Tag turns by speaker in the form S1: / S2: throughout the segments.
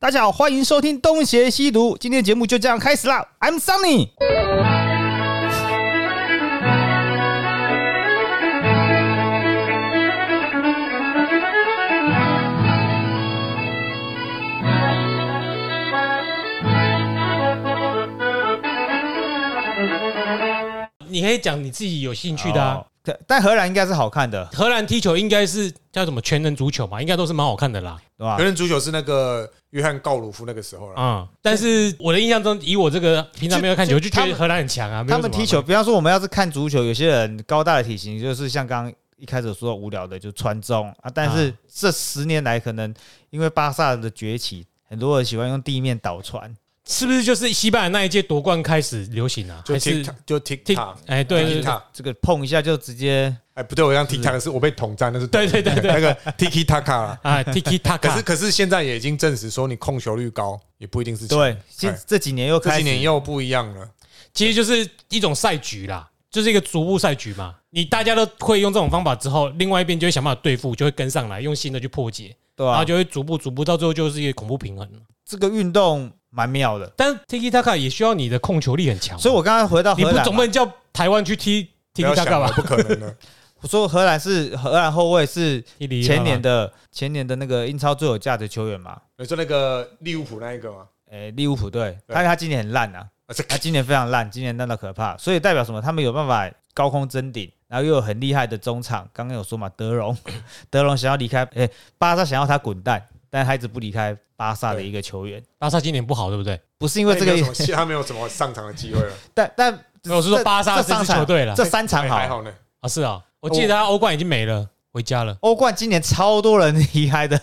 S1: 大家好，欢迎收听《东邪西毒》，今天节目就这样开始啦。I'm Sunny。
S2: 你可以讲你自己有兴趣的啊。
S1: 哦但荷兰应该是好看的，
S2: 荷兰踢球应该是叫什么全能足球嘛，应该都是蛮好看的啦。
S1: 对吧
S3: 有？人足球是那个约翰告鲁夫那个时候
S1: 啊
S3: 了。
S2: 嗯，但是我的印象中，以我这个平常没有看球，就觉得荷兰很强啊。没
S1: 他
S2: 有什么
S1: 们踢球，比方说我们要是看足球，有些人高大的体型，就是像刚刚一开始说到无聊的，就传中啊。但是这十年来，可能因为巴萨的崛起，很多人喜欢用地面倒传。
S2: 是不是就是西班牙那一届夺冠开始流行啊？
S3: 就
S2: 还是
S3: tick tock，就 tick
S2: Tik-
S3: tock，
S2: 哎对对对
S3: tick tock。
S1: 这个碰一下就直接
S3: 哎，不对，我刚 tick tock 是我被统战，那是
S2: 对对对对
S3: 那个 tiki taka 啦。
S2: 啊，Tiki
S3: 可是
S2: Taka，
S3: 可是现在也已经证实说，你控球率高也不一定是强
S1: 对，现
S3: 哎
S1: 这几年又
S3: 这
S1: 开
S3: 几
S1: 始
S3: 年又不一样了。
S2: 其实就是一种赛局啦，就是一个逐步赛局嘛。你大家都会用这种方法之后，另外一边就会想办法对付，就会跟上来，用新的去破解，
S1: 对啊
S2: 然
S1: 吧、
S2: 后就会逐步逐步到最后就是一个恐怖平衡了。
S1: 这个运动蛮妙的，
S2: 但 Tiki Taka 也需要你的控球力很强，
S1: 所以我刚刚回到
S2: 你
S1: 荷
S2: 不
S1: 兰
S2: 总
S1: 嘛，
S2: 不能叫台湾去踢
S3: 不
S2: Tiki
S3: 要想
S2: Taka
S3: 了，
S2: 吧？
S3: 不可能的。
S1: 我说荷兰是荷兰后卫是前年
S2: 的
S1: 的前年的那个英超最有价值球员嘛？
S3: 你说那个利物浦那一个吗？
S1: 诶，利物浦队，
S3: 对
S1: 但是他今年很烂啊，
S3: 啊，这
S1: 他
S2: 哎
S3: 个
S1: 今年非常烂，今年烂到可怕，所以代表什么？他们有办法高空争顶，然后又有很厉害的中场。刚刚有说嘛，德容， 德容想要离开，诶，巴萨想要他滚蛋，但他一直不离开巴萨的一个球员，
S2: 巴萨今年不好，对不对？
S1: 不是因为这
S3: 哎他也没有什
S1: 个
S3: 么，戏，他没有什么上场的机会 了，
S1: 但但
S2: 我是说
S1: 这
S2: 巴萨
S1: 这
S2: 这
S1: 三
S2: 支
S1: 场
S2: 球队了
S1: 这哦三场
S3: 啊哎还
S1: 好。
S3: 好呢。
S2: 啊，是啊，我记得他欧冠已经没了，回家了。
S1: 欧冠今年超多人离开 的，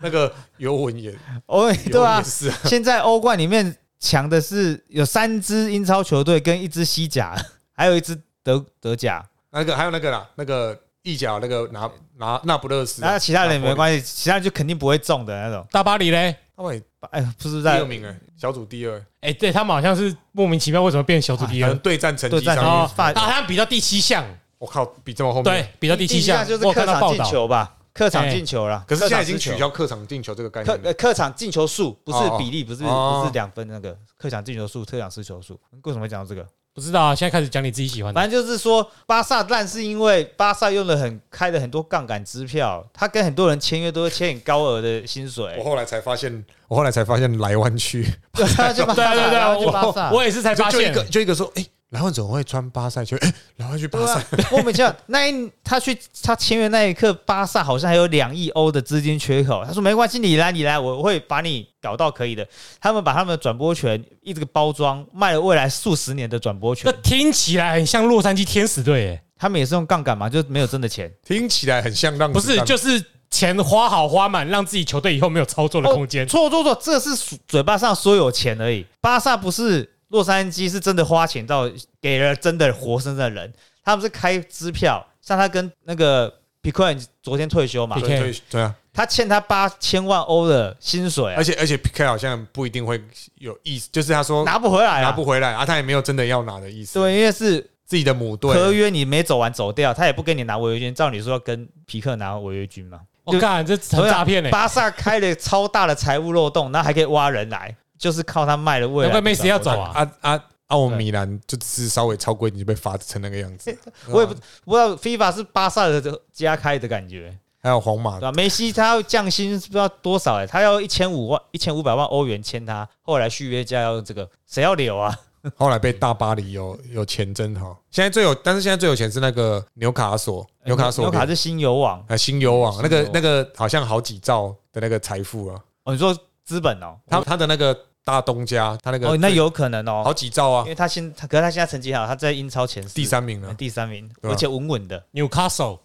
S3: 那个尤文也，
S1: 欧对
S3: 尤文
S1: 吧、
S3: 也是 啊，
S1: 现在欧冠里面强的是有三支英超球队跟一支西甲，还有一支德德甲，
S3: 那个还有那个啦，那个意甲那个拿拿那不勒斯啊，
S1: 那其他人也没
S3: 拿破
S1: 关系，其他人就肯定不会中的那种。
S2: 大巴黎嘞？
S3: 利，他们也
S1: 哎，不是
S3: 第
S1: 在
S3: 二名哎，小组第二，
S2: 哎，对他们好像是莫名其妙为什么变小组第
S3: 可能
S2: 二？
S3: 对战成绩
S1: 对战
S3: 上
S1: 成绩
S3: 面
S2: 哦，
S1: 法
S2: 啊好像比到第七项，
S3: 我靠，比这么后面。
S2: 对，，比到第七项，
S1: 就是
S2: 我有
S1: 客
S2: 看到
S1: 场
S2: 报
S1: 进
S2: 道。
S1: 球吧，客场进球啦。
S3: 可是现在已经
S1: 客场
S3: 取
S1: 进球
S3: 消客场进球这个概
S1: 客
S3: 念了。
S1: 呃客场进球数，不是
S3: 哦
S1: 比例，不是
S3: 哦
S1: 不是两分那个客场进球数，客场失球数。为什么会讲到这个？
S3: 嗯
S2: 不知道啊，现在开始讲你自己喜欢的。
S1: 反正就是说，巴萨烂是因为巴萨用了很开了很多杠杆支票，他跟很多人签约都会签很高额的薪水
S3: 我，后来才发现，我后来才发现莱万区，
S1: 对，他 就巴
S2: 对
S1: 萨，
S2: 对对，
S1: 他就巴
S2: 我
S1: 萨，
S2: 我也是才
S3: 就
S2: 发
S3: 就一
S2: 现，
S3: 个就一个说，哎，莱万怎么会穿巴塞去？哎，莱万去巴
S1: 对
S3: 塞
S1: 啊，莫名其妙。那一他去他签约那一刻，巴萨好像还有两亿欧的资金缺口。他说没关系，你来你来，我会把你搞到可以的。他们把他们的转播权一直包装卖了未来数十年的转播
S2: 这
S1: 权，
S2: 听起来很像洛杉矶天使队，哎，
S1: 他们也是用杠杆嘛，就没有真的钱。
S3: 听起来很像让
S2: 不是，
S3: 子弹
S2: 就是钱花好花满，让自己球队以后没有操作的空间
S1: 哦。错错错，这是属嘴巴上说有钱而已。巴萨不是洛杉矶，是真的花钱到给了真的活生生的人，他们是开支票。像他跟那个 p i c o n 昨天退休嘛，
S2: Piqué
S3: 对对对啊，
S1: 他欠他八千万欧的薪水、啊
S3: 而，且而且 PK 好像不一定会有意思，就是他说
S1: 拿不回来啊，
S3: 哦拿不回来啊，他也没有真的要拿的意思，
S1: 对，因为是
S3: 自己的母
S1: 合
S3: 队
S1: 约你没走完走掉，他也不跟你拿违约金，照理说要跟皮克拿违约金嘛。
S2: 我哦干，这很诈骗嘞！欸
S1: 巴萨开了超大的财务漏洞，那还可以挖人来，就是靠他卖了未来。
S2: 难怪梅西要走啊
S3: 啊啊啊！我们米兰就只是稍微超规，你就被罚成那个样子。
S1: 我也不不知道 FIFA 是巴萨的加开的感觉，
S3: 还有皇马
S1: 对吧、梅西他要降薪不知道多少哎、他要一千五万一千五百万欧元签他，后来续约价要这个，谁要留啊？
S3: 后来被大巴黎有有钱真好，现在最有，但是现在最有钱是那个纽卡索，纽卡索
S1: 哎纽卡
S3: 联，
S1: 是新油网
S3: 啊，新油网
S1: 新
S3: 那
S1: 油
S3: 个
S1: 网
S3: 那个好像好几兆的那个财富啊，
S1: 哦，你说资本哦，
S3: 他他的那个大东家，他那个
S1: 哦那有可能
S3: 好
S1: 哦，
S3: 几兆啊
S1: 因，为他现他可是他现在成绩很好，他在英超前四
S3: 第三名了，
S1: 第三名，
S3: 对啊
S1: 而且稳稳的。
S2: Newcastle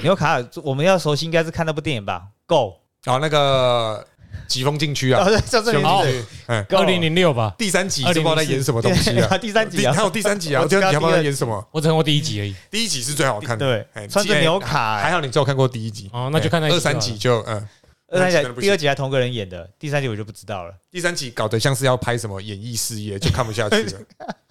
S1: 纽卡尔，我们要熟悉应该是看那部电影吧？Go，哦
S3: 然啊后那个疾风禁区
S1: 然
S3: 啊
S1: 后，叫这
S3: 疾
S1: 名
S3: 风禁
S1: 字
S3: 区，哎，
S1: Go
S2: 二零零六吧，
S3: 第三集就不知道在演什么东西啊
S1: 对， 第三集
S3: 第还
S1: 啊，
S3: 有第三集啊，
S1: 我
S3: 我
S1: 知
S3: 觉
S1: 道
S3: 得你还不
S1: 第二
S3: 知道在
S1: 集
S3: 演什么，
S2: 我只看过第一集而已。
S3: 第一集是最好看的，
S1: 对
S3: 哎，
S1: 穿着
S3: 哎
S1: 纽卡
S3: 还好你只有看过第一集，哎
S2: 哦，那就看那一集
S3: 二三
S2: 吧
S3: 集就嗯。
S1: 哎二三
S3: 那
S1: 集
S3: 真的不行
S1: 第二集还同个人演的，第三集我就不知道了。
S3: 第三集搞得像是要拍什么演艺事业，就看不下去了，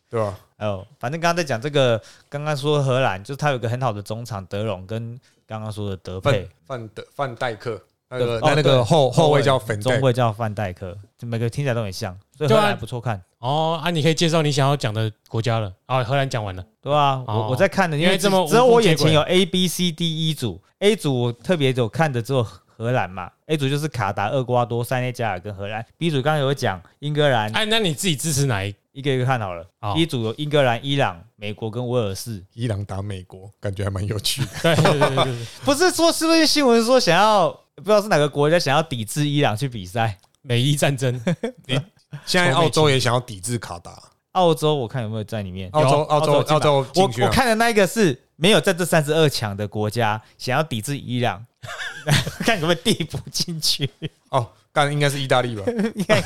S3: 对吧？
S1: 哦，反正刚刚在讲这个，刚刚说荷兰，就是他有一个很好的中场德容，跟刚刚说的德
S3: 范
S1: 佩，
S3: 范德范戴克，那个
S1: 对
S3: 那那
S1: 哦对
S3: 个后后卫叫粉
S1: 中
S3: 队，
S1: 卫叫范戴克，这每个听起来都很像，所以
S2: 对
S1: 荷
S2: 啊
S1: 兰不错看，
S2: 哦啊，你可以介绍你想要讲的国家了啊。荷兰讲完了，
S1: 对吧、啊？
S2: 哦
S1: 我我在看的，因
S2: 因为
S1: 为
S2: 这么
S1: 只只有
S2: 无
S1: 我
S2: 缝接
S1: 眼前
S2: 轨
S1: 有 A、B、C、D、E 组，A 组我特别有看的只有荷兰嘛，A 组就是卡达、厄瓜多、塞内加尔跟荷兰，B 组刚刚有讲英格兰，
S2: 哎、哦那你自己支持哪一？
S1: 一个一个看好了
S2: 好
S1: ，B 组有英格兰、伊朗、美国跟威尔士，
S3: 伊朗打美国，感觉还蛮有趣的。
S2: 对对对对对，
S1: 不是说是不是新闻说想要不知道是哪个国家想要抵制伊朗去比赛？
S2: 美伊战争，
S3: 现在澳洲也想要抵制卡达，
S1: 澳洲我看有没有在里面？
S2: 哦
S3: 澳洲澳洲
S1: 有
S3: 澳洲
S1: 我
S3: 进去
S1: 我
S3: 啊，
S1: 看的那一个是没有在这三十二强的国家想要抵制伊 朗， 看有没有递补进去，
S3: 哦，但应该是意大 利吧？
S1: 应该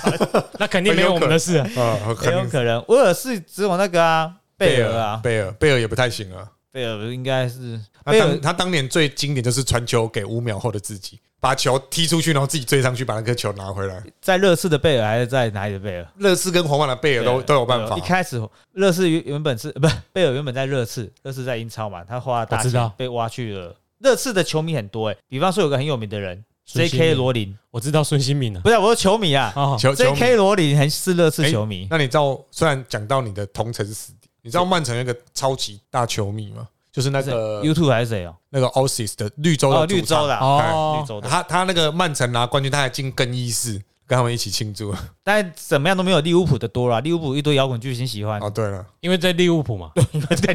S2: 那肯定没有我们的事啊。
S3: 啊，
S1: 很
S3: 肯
S1: 有
S3: 定是
S1: 可能。威尔士只有那个啊，贝尔啊，
S3: 贝尔贝尔也不太行啊。
S1: 贝尔应该是
S3: 他
S1: 贝尔
S3: 当他当年最经典就是传球给五秒后的自己，把球踢出去，然后自己追上去把那颗球拿回来。
S1: 在热刺的贝尔还是在哪里的贝尔？啊
S3: 热刺跟皇马的贝尔都都有办法
S1: 一。开始热刺原原本是不贝尔原本在热刺，热刺在英超嘛，他花了大
S2: 我知道
S1: 钱被挖去了。热刺的球迷很多哎、比方说有个很有名的人
S2: 孙兴
S1: ，J.K.
S2: 民
S1: 罗琳，
S2: 我知道孙兴民了、
S1: 不是、我说球迷啊
S2: 啊，
S3: 哦球球迷
S1: ，J.K. 罗琳很是热刺球迷，
S3: 那你知道，虽然讲到你的同城死敌，你知道曼城有一个超级大球迷吗？就是那个
S1: YouTube 还是谁哦？
S3: 那个 Oasis 的绿洲
S1: 哦，
S3: 的
S1: 绿
S3: 主场
S1: 洲的啊，
S2: 哦
S1: 绿洲的。
S3: 他他那个曼城拿冠军，他还进更衣室跟他们一起 庆祝。
S1: 但怎么样都没有利物浦的多啦，利物浦一堆摇滚巨星喜欢
S3: 哦，，对了，
S2: 因为在利物浦嘛，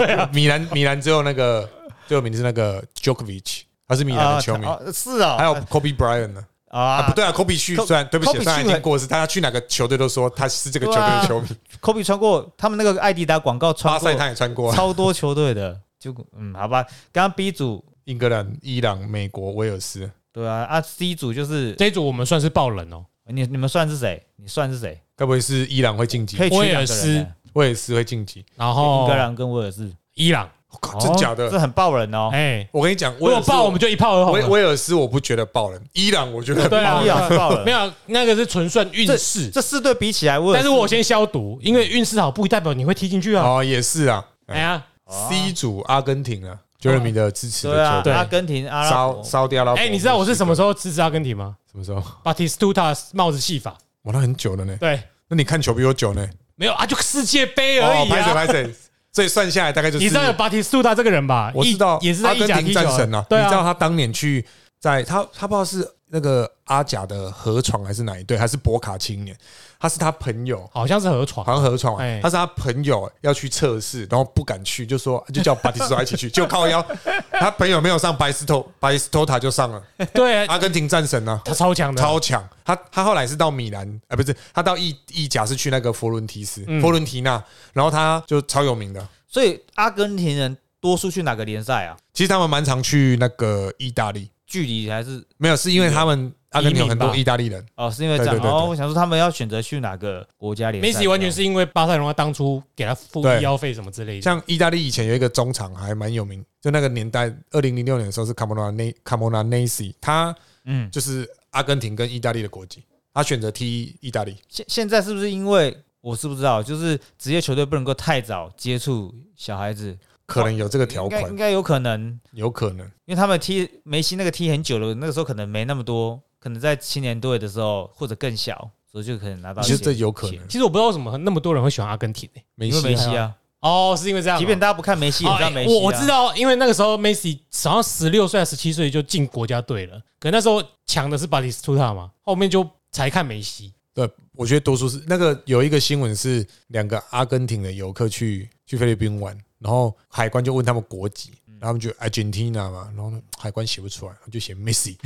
S1: 哎
S3: 米兰米兰只有那个最有名的是那个 Djokovic，他是米兰的球迷，
S1: 啊哦是哦，
S3: 还有 Kobe Bryant 呢。啊，
S1: 啊，
S3: 不对啊，Kobe 去
S1: Kobe-
S3: 虽然对不起，
S1: Kobe
S3: 虽然已
S1: 去
S3: 经
S1: 很
S3: 过世，但他去哪个球队都说他是这个球
S1: 对
S3: 队
S1: 啊
S3: 的球迷。
S1: 科比穿过他们那个艾迪达广告穿
S3: 巴塞
S1: 过
S3: 他也穿过啊，
S1: 超多球队的，就嗯，好吧，刚刚 B 组
S3: 英格兰、伊朗、美国、威尔斯。
S1: 对啊，啊 C 组就是
S2: 这一组我们算是爆冷哦。
S1: 你你们算是谁？你算是谁？
S3: 该不会是伊朗会晋级
S1: 可？以去
S2: 威
S1: 两
S2: 尔
S1: 个人
S2: 斯
S1: 欸、
S3: 威尔斯会晋级？
S2: 然
S1: 英
S2: 后
S1: 格兰跟威尔士，
S2: 伊朗，
S3: 我靠，真假
S1: 哦这
S3: 的？
S1: 很爆冷哦。
S2: 哎，
S3: 我跟你讲，
S2: 如果爆我们就一炮而
S3: 威
S2: 红了。
S3: 威尔斯我不觉得爆冷，伊朗我觉得
S2: 对啊
S1: 伊朗哦是爆冷，
S2: 没有，那个是纯算运势。
S1: 这四队比起来，威尔士
S2: 但是我先消毒，因为运势好不代表你会踢进去啊。
S3: 哦也是啊。
S2: 哎呀，
S1: 哦
S3: C 组阿根廷啊，就是你的支持
S1: 对
S3: 的球
S2: 哦
S1: 啊，
S3: 队，
S1: 阿根廷、阿拉
S3: 烧
S1: 伯，
S3: 烧掉了。
S2: 哎，你知道我是什么时候支持阿根廷吗
S3: 什么时候？
S2: ？Batistuta 帽子戏法，
S3: 哇，那很久了呢。
S2: 对，
S3: 那你看球比我久呢。
S2: 没有啊，就世界杯而
S3: 哦，
S2: 已
S3: 拍手
S2: 啊。
S3: 拍手。所以算下来大概就是
S2: 你知道有 Batistuta 这个人吧？
S3: 我
S2: 意
S3: 知道，
S2: 也是在
S3: 阿
S2: 意甲
S3: 根
S2: 踢
S3: 廷
S2: 球
S3: 战
S2: 啊
S3: 神啊，
S2: 对
S3: 你知道
S2: 啊，
S3: 他当年去在他他不知道是那个阿甲的河床还是哪一队，还是博卡青年，他是他朋友。
S2: 好像是河床，
S3: 好像河床啊
S2: 哎，
S3: 他是他朋友要去测试，然后不敢去，就说就叫巴蒂斯托一起去，就 靠腰，他朋友没有上白石头，白石头塔就上了，
S2: 对，
S3: 阿根廷战神啊，
S2: 他超强的，
S3: 超强。他他后来是到米兰，啊，不是他到意意甲是去那个佛伦提斯、
S2: 嗯
S3: 佛伦提纳，然后他就超有名的。
S1: 所以阿根廷人多数去哪个联赛啊？
S3: 其实他们蛮常去那个意大利，
S1: 距离还是
S3: 没有，是因为他们阿根廷有很
S2: 移民
S3: 多
S2: 吧
S3: 意大利人，
S1: 哦，是因为这样
S3: 对对对对
S1: 哦。我想说他们要选择去哪个国家联赛？
S2: 梅西完全是因为巴塞罗那当初给他付
S3: 对
S2: 医药费什么之类的，
S3: 像意大利以前有一个中场还蛮有名，就那个年代，二零零六年的时候是卡莫纳内卡莫纳内西，他
S1: 嗯，
S3: 就是阿根廷跟意大利的国籍，他选择踢意大利。
S1: 现现在是不是因为我是不知道，就是职业球队不能够太早接触小孩子，
S3: 可能有这个条
S1: 应该应
S3: 款，
S1: 该有可能，
S3: 有可能。
S1: 因为他们踢梅西那个踢很久了，那个时候可能没那么多，可能在青年队的时候或者更小，所以就可能拿到一
S3: 其
S1: 些。
S3: 实这有可能
S1: 钱，
S2: 其实我不知道为什么那么多人会喜欢阿根廷、欸、
S3: 梅
S1: 因为梅
S3: 西
S1: 西啊，
S2: 哦，是因为这样、
S1: 即便大家不看梅西，也知道梅西、啊
S2: 哎我我知，道，因为那个时候梅西好像十六岁、十七岁就进国家队了，可那时候强的是巴蒂斯图塔嘛，后面就才看梅西。
S3: 对，我觉得多数是那个有一个新闻是两个阿根廷的游客去去菲律宾玩，然后海关就问他们国籍，
S1: 嗯
S3: 然后他们就 Argentina 嘛，然后呢海关写不出来，他就写 Messi，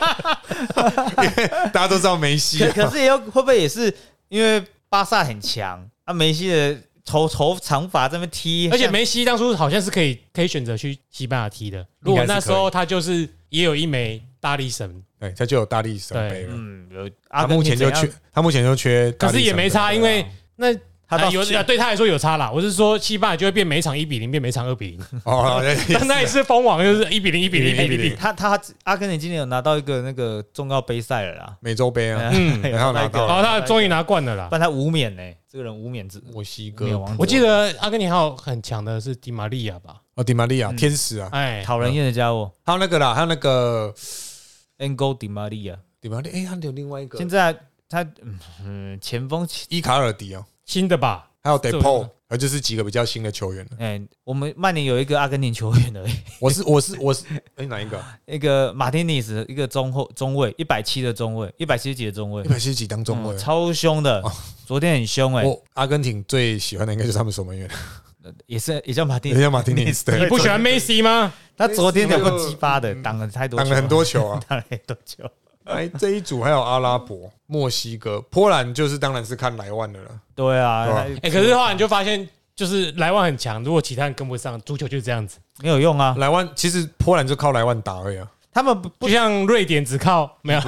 S3: 因为大家都知道梅西
S1: 可
S3: 啊，
S1: 可是也有会不会也是因为巴萨很强啊，梅西的头头长发这边踢，
S2: 而且梅西当初好像是可以可以选择去西班牙踢的，如果
S3: 应该
S2: 那
S3: 是
S2: 时
S3: 可以
S2: 候他就是也有一枚大力神，
S3: 对，他就有大力神杯了。
S1: 嗯有阿
S3: 他
S1: 根
S3: 目
S1: 廷
S3: 前
S1: 怎
S3: 就
S1: 样，
S3: 缺，他目前就缺，
S2: 可是也没差，因为那
S1: 他
S2: 啊
S1: 到
S2: 有啊对他来说有差啦。我是说西班牙就会变每场一比零，变每场二比零，
S3: 哦，
S2: 但那一次封王就是一比零，一比零，一比 零。
S1: 他他阿根廷今年有拿到一个那个重要杯赛了啦，
S3: 美洲杯啊，
S2: 嗯
S1: 有
S3: 然后拿
S1: 那
S3: 到
S1: 个，
S2: 好，他终
S1: 于，
S2: 于拿冠了啦
S3: 啊
S1: 不。然他无冕呢、这个人无冕之
S3: 墨西
S1: 无冕
S3: 哥
S1: 王者，
S2: 我记得阿根廷还有很强的是迪玛利亚吧？嗯
S3: 哦，迪玛利亚天使啊，
S2: 哎，
S1: 讨人厌的家伙，
S3: 还有那个啦，还有那个
S1: Ango Di Maria。
S3: 对吧？哎，他有另外一个
S1: 现在他嗯嗯前锋，
S3: 伊卡尔迪哦，
S2: 新的吧？
S3: 还有
S2: 这
S3: d
S2: 个
S3: e p o 还有就是几个比较新的球员 了。
S1: 哎、我们曼联有一个阿根廷球员而已，
S3: 我是我是我是哎哪一个 啊？
S1: 一个马丁尼斯，一个中后中卫，一百七的中卫，一百七十几的中卫
S3: 一，百七十几当中卫
S1: 嗯
S3: 啊。
S1: 超凶的，昨天很凶哎、
S3: 我阿根廷最喜欢的应该就是他们守门员，
S1: 也是也叫马丁
S3: 人，家马丁尼斯
S2: 你
S3: 对，
S2: 不喜欢梅西吗？
S1: 他昨天有
S3: 那
S1: 个
S3: 个
S1: 激发的，挡了太多球，
S3: 嗯挡了很，多球啊。
S1: 挡了很多球，
S3: 哎，这一组还有阿拉伯、墨西哥、波兰，就是当然是看莱万的了。
S1: 对
S3: 对
S1: 啊
S3: 啊，
S2: 哎，可是后来你就发现，就是莱万很强，如果其他人跟不上，足球就是这样子。
S1: 没有用啊，
S3: 莱万其实波兰就靠莱万打而已啊，
S1: 他们不不
S2: 不像瑞典只靠没有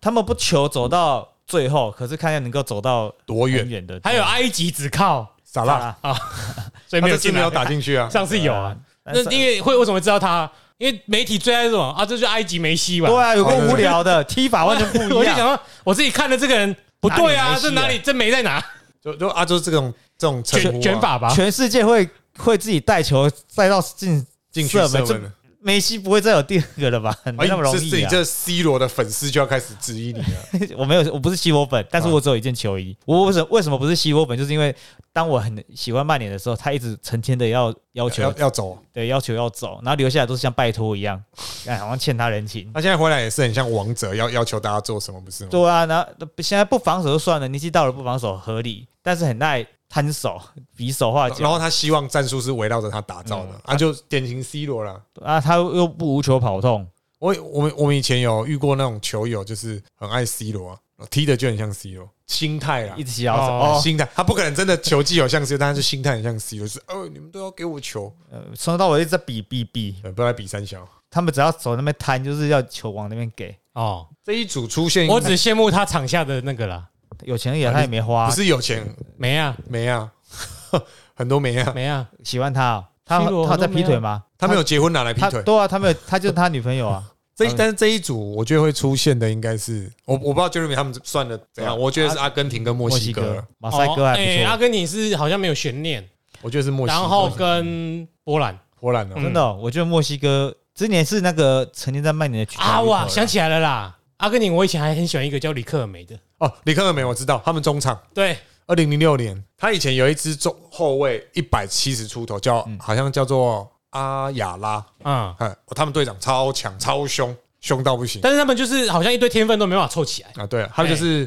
S1: 他们不求走到最后，可是看看能够走到
S3: 多
S1: 很
S3: 远？
S1: 远啊的，
S2: 还哎有埃及只靠，
S3: 萨
S1: 萨
S3: 拉，
S1: 拉，
S2: 所以
S3: 他
S2: 没有
S3: 这次
S2: 进
S3: 没有
S2: 来。
S3: 打进去啊。
S2: 上次有啊，
S1: 那
S2: 那因为会为什么知道他？因为媒体最爱这种啊，这就埃及梅西吧。
S1: 对 啊，有
S3: 哦对
S1: 个无聊的踢法完全不
S2: 我
S1: 一
S2: 就想
S1: 样，
S2: 到我自己看的这个人不
S1: 哪
S2: 对
S1: 里
S2: 啊，
S1: 梅西
S2: 这
S1: 啊
S2: 哪里这没在哪
S3: 就就啊，就是这种这种称呼
S2: 卷
S3: 啊
S2: 卷法吧？
S1: 全世界会会自己带球带到进
S3: 进去
S1: 射
S3: 射
S1: 门，
S3: 门
S1: 这
S3: 了。
S1: 梅西不会再有第二个了吧？没那么容
S3: 这是
S1: 易
S3: 你
S1: 啊！
S3: 哎这 C 罗的粉丝就要开始质疑你 啊了。
S1: 我没有，我不是西罗粉，但是我只有一件球衣。我为什为什么不是西罗粉？就是因为当我很喜欢曼联的时候，他一直成天的要要求
S3: 要，要走，
S1: 对要求要走，然后留下来都是像拜托一样，哎，好像欠他人情。
S3: 他现在回来也是很像王者，要要求大家做什么，不是吗？
S1: 对啊，然后现在不防守就算了，年纪到了不防守合理，但是很爱摊手、比手画
S3: 然
S1: 脚
S3: 后他希望战术是围绕着他打造
S1: 嗯
S3: 的，啊，就典型 C 罗啦。
S1: 啊，他又不无球跑动，
S3: 我我们我们以前有遇过那种球友，就是很爱 C 罗、啊，踢的就很像 C 罗，心态啊
S1: 一，直洗脚
S2: 哦
S1: 哦，
S3: 心态，他不可能真的球技有像 C 罗，但是心态很像 C 罗，就是哦，你们都要给我球，
S1: 呃从头到尾一直在比比比，
S3: 呃，不要来比三小。
S1: 他们只要走那边摊，就是要球往那边给。
S2: 哦，
S3: 这一组出现，
S2: 我只羡慕他场下的那个啦，
S1: 有钱也他也没花
S3: 啊不，是有钱
S2: 没啊
S3: 没啊， 很多没啊，
S2: 没啊，
S1: 喜欢他、哦，他
S2: C
S1: 他
S2: 罗
S1: 有在
S2: 都没
S1: 劈
S2: 有
S1: 腿吗？
S3: 他没有结婚哪来劈
S1: 他，
S3: 腿？
S1: 对啊，他没有，他就是他女朋友啊。
S3: 这但是这一组我觉得会出现的应该是我我不知道 Jeremy 他们算的怎样，我觉得是阿根廷跟 嗯啊墨西哥，、
S1: 马赛哥还
S2: 哦哎
S1: 不
S2: 阿
S1: 错，
S2: 根廷是好像没有悬念，
S3: 我觉得是墨西哥，
S2: 然后跟波兰
S3: 波兰的
S2: 嗯
S1: 真的哦、我觉得墨西哥之前是那个曾经在曼联的举
S2: 啊，
S1: 球
S2: 哇，想起来了啦，阿根廷我以前还很喜欢一个叫里克尔梅的，
S3: 哦，里克尔梅我知道，他们中场。
S2: 对，
S3: 二零零六年，他以前有一支中后卫一百七十出头，叫、好像叫做阿亚拉，
S2: 嗯，
S3: 哎，他们队长超强超凶，凶到不行
S2: 但是他们就是好像一堆天分都没办法凑起来，
S3: 啊！对了，他们就是、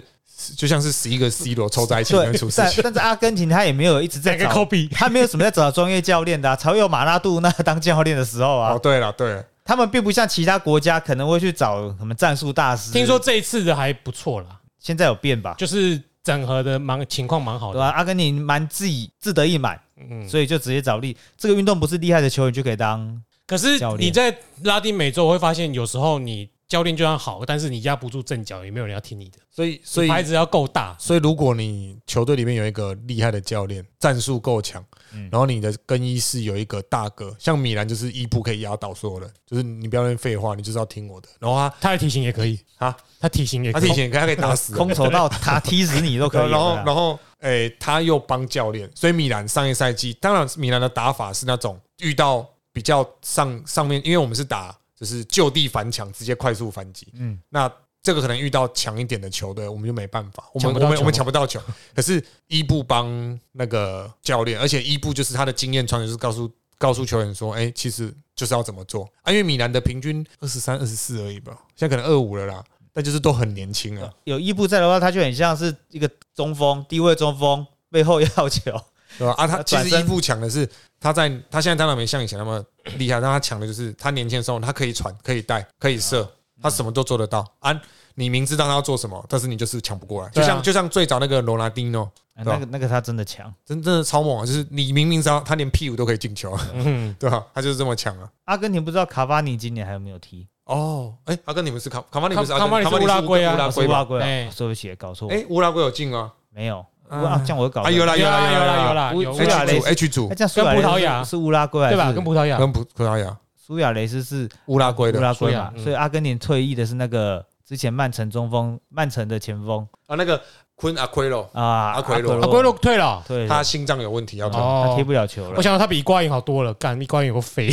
S3: 就像是十一个 C 罗凑在一起能
S1: 对
S3: 出，事
S1: 但
S3: 情。
S1: 但是阿根廷他也没有一直在
S2: 两个
S1: 找
S2: Kobe
S1: 他没有什么在找专业教练的、啊，才会有马拉杜纳 当教练的时候啊
S3: 哦，。对了，对了，
S1: 他们并不像其他国家可能会去找什么战术大师。
S2: 听说这一次的还不错啦，
S1: 现在有变吧？
S2: 就是整合的蛮情况蛮好
S1: 对
S2: 的，
S1: 吧、
S3: 啊
S1: 阿根廷蛮自己自得意满，
S2: 哦嗯，
S1: 所以就直接找力。这个运动不是厉害的球员就可以当，
S2: 可是
S1: 教练
S2: 你在拉丁美洲会发现，有时候你教练就算好，但是你压不住阵脚，也没有人要听你的，
S3: 所以所以
S2: 牌子要够大，
S3: 所以如果你球队里面有一个厉害的教练，战术够强，然后你的更衣室有一个大哥，像米兰就是伊布可以压倒所有人，就是你不要乱废话，你就是要听我的。然后他
S2: 他的体型也可以
S3: 啊，
S2: 他体型也
S3: 他
S2: 可以
S3: 提，前他可以打死人
S1: 空手道他踢死你 都可以。
S3: 然后
S1: 对，吧
S3: 然后，诶、他又帮教练，所以米兰上一赛季，当然米兰的打法是那种遇到比较上上面，因为我们是打就是就地反抢，直接快速反击，嗯
S1: 嗯，
S3: 那这个可能遇到强一点的球队，我们就没办法，我
S2: 抢
S3: 们
S2: 不
S3: 我
S2: 到
S3: 们
S2: 球
S3: 我们抢不到球。可是伊布帮那个教练，而且伊布就是他的经验传，就是告诉告诉球员说，哎、其实就是要怎么做啊，因为米兰的平均二十三、二十四而已吧，现在可能二五了啦，但就是都很年轻啊，
S1: 有伊布在的话，他就很像是一个中锋，低位中锋，背后要球。
S3: 对吧？啊，他
S1: 他
S3: 其
S1: 转
S3: 实伊
S1: 身
S3: 布强的是他在他现在当然没像以前那么厉害，但他强的就是他年轻的时候他可以传、可以带、可以射，
S2: 嗯
S3: 他什么都做得到啊。你明知道他要做什么，但是你就是抢不过来，就
S2: 对啊
S3: 像就像最早那个罗纳丁诺，
S1: 哎
S3: 对啊
S1: 那个那个他真的强。
S3: 真真的超猛啊！就是你明明知道他连屁股都可以进球，啊
S2: 嗯，
S3: 对吧、他就是这么强啊。
S1: 阿根廷不知道卡瓦尼今年还有没有踢？
S3: 哦，哎，他跟你们是卡卡马里
S2: 卡
S3: 不是阿根
S2: 卡马里是
S3: 卡马里
S2: 乌拉圭啊
S3: 乌拉
S1: 啊是
S3: 圭
S1: 乌拉
S3: 吧？
S1: 圭
S2: 哎
S1: 啊，对不起，搞错。
S3: 哎，乌拉圭有进啊？
S1: 没有，
S3: 嗯
S1: 哇，这样我搞
S3: 啊，有啦有
S2: 有啦
S3: 啦有
S2: 有
S3: 啦
S2: 啦，
S1: 乌
S2: 有
S1: 乌亚
S2: 啦，
S1: 雷
S3: ，H
S1: 斯
S3: 组 H 组
S1: 那哎这样苏亚雷
S2: 跟葡
S1: 斯
S2: 萄牙
S1: 是乌拉圭还
S2: 对
S1: 是
S2: 吧？跟葡萄牙
S3: 跟葡葡萄牙
S1: 苏亚雷斯是
S3: 乌拉圭
S1: 乌
S3: 的啊，
S1: 拉圭嘛
S2: 苏亚？嗯
S1: 所以阿根廷退役的是那个之前曼城中锋，曼城的前锋
S3: 啊那个昆阿奎罗，
S1: 啊，
S3: 阿奎罗
S2: 阿圭罗退了，
S1: 对，
S3: 他心脏有问题要
S1: 嗯
S3: 退
S2: 哦
S1: 他踢不了球
S2: 我
S1: 了。
S2: 想到他比伊瓜因好多了，干伊瓜因有个肥，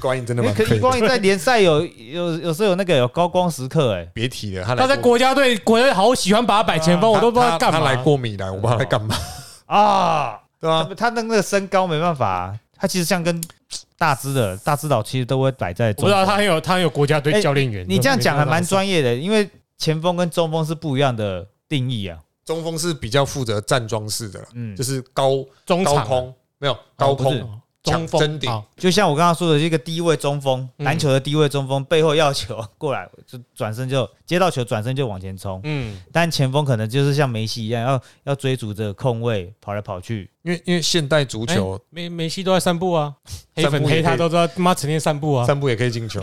S3: 观音真的
S1: 因为
S3: 蛮
S1: 可
S3: 可
S1: 以
S3: 以的，
S1: 光你在联赛有有有时候有那个有高光时刻哎、
S3: 别提了。他来
S2: 他在国家队，国家队好喜欢把他摆前锋，我都不知道
S3: 他
S2: 干嘛。
S3: 他来过米兰，我不知道他在干嘛，
S1: 啊，
S3: 对吧、
S1: 他他的那个身高没办法、啊他其实像跟大只的大指导其实都会摆在
S2: 我
S1: 中
S2: 不知道他很有他很有国家队教练员。
S1: 你这样讲还蛮
S2: 专。
S1: 专业的，因为前锋跟中锋是不一样的定义啊。
S3: 中锋是比较负责站桩式的啦，
S1: 嗯
S3: 就，是高
S2: 中场
S3: 高
S2: 啊
S3: 空没有高
S1: 不是
S3: 空，
S2: 中
S3: 抢争
S2: 锋
S3: 顶
S2: 好
S1: 就像我刚刚说的，一个低位中锋，
S2: 嗯
S1: 篮球的低位中锋背后要球过来，就转身就接到球，转身就往前冲。
S2: 嗯，
S1: 但前锋可能就是像梅西一样，要要追逐着空位跑来跑去。。
S3: 因为因为现代足球
S2: 哎梅梅西都在散步啊，黑
S3: 散步
S2: 粉
S3: 也可以
S2: 黑他都知道，他妈成天散步啊。
S3: 散步也可以进球，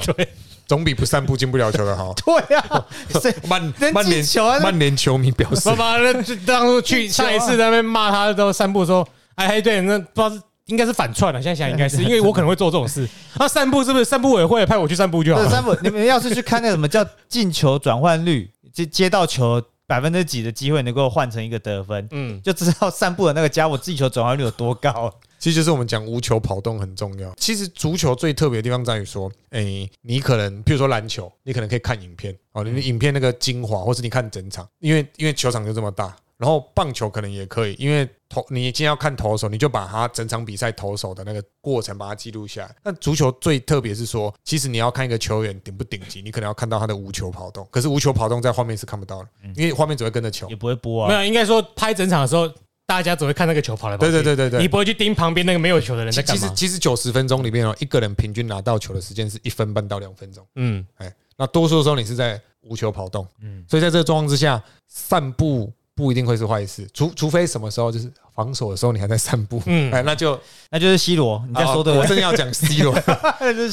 S3: 总比不散步进不了球的好
S1: 对 啊，谁
S3: 曼
S1: 能
S3: 曼
S1: 进
S3: 联
S1: 球啊？
S3: 曼联球迷表示
S2: 爸，爸，那当初去上一次在那边骂他都散步的时候，哎哎，对，那不知道是应该是反串了。啊现在想应 该是，因为我可能会做这种事。那散步是不是散步委会派我去散步就好
S1: 这
S2: 了？
S1: 三本，你们要是去看那什么叫进球转换率，接接到球百分之几的机会能够换成一个得分，
S2: 嗯，
S1: 就知道散步的那个家伙进球转换率有多高。
S3: 其实就是我们讲无球跑动很重要。其实足球最特别的地方在于说，诶，你可能譬如说篮球，你可能可以看影片哦，你的影片那个精华，或是你看整场，因为因为球场就这么大。然后棒球可能也可以，因为投你今天要看投手，你就把他整场比赛投手的那个过程把它记录下来。那足球最特别是说，其实你要看一个球员顶不顶级，你可能要看到他的无球跑动，可是无球跑动在画面是看不到的，因为画面只会跟着球
S1: 也。不会播
S2: 没
S1: 啊。
S2: 有，应该说拍整场的时候，大家只会看那个球跑来跑
S3: 对
S2: 去。
S3: 对对对对，
S2: 你不会去盯旁边那个没有球的人在
S3: 其
S2: 干
S3: 其实
S2: 嘛？
S3: 其实九十分钟里面哦，一个人平均拿到球的时间是一分半到两分钟，
S2: 嗯，
S3: 哎，那多数的时候你是在无球跑动，
S1: 嗯
S3: 嗯，所以在这个状况之下，散步不一定会是坏事，除除非什么时候就是防守的时候你还在散步，
S2: 嗯
S3: 嗯，哎，那就
S1: 那就是 C 罗，你在说
S3: 哦
S1: 对
S3: 我
S1: 不对？
S3: 正要讲 C 罗，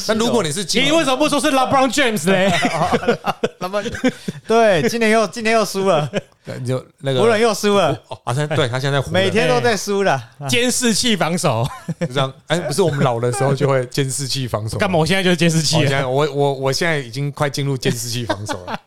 S3: 那如果你是进
S2: 你为什么不说是 LeBron James 嘞？
S1: 那么对，今年又今年又输 了，
S3: 那你就那
S1: 湖人
S3: 个
S1: 又输了，
S3: 哦，好像对他现在在湖人
S1: 每天都在输了。
S2: 监视器防 守，
S3: 就这样，哎，不是我们老的时候就会监视器防守
S2: 干嘛？？我现在就是监视
S3: 我
S1: 哦
S2: 器
S3: 现
S2: 啊。
S3: 在我我我现在已经快进入监视器防守了。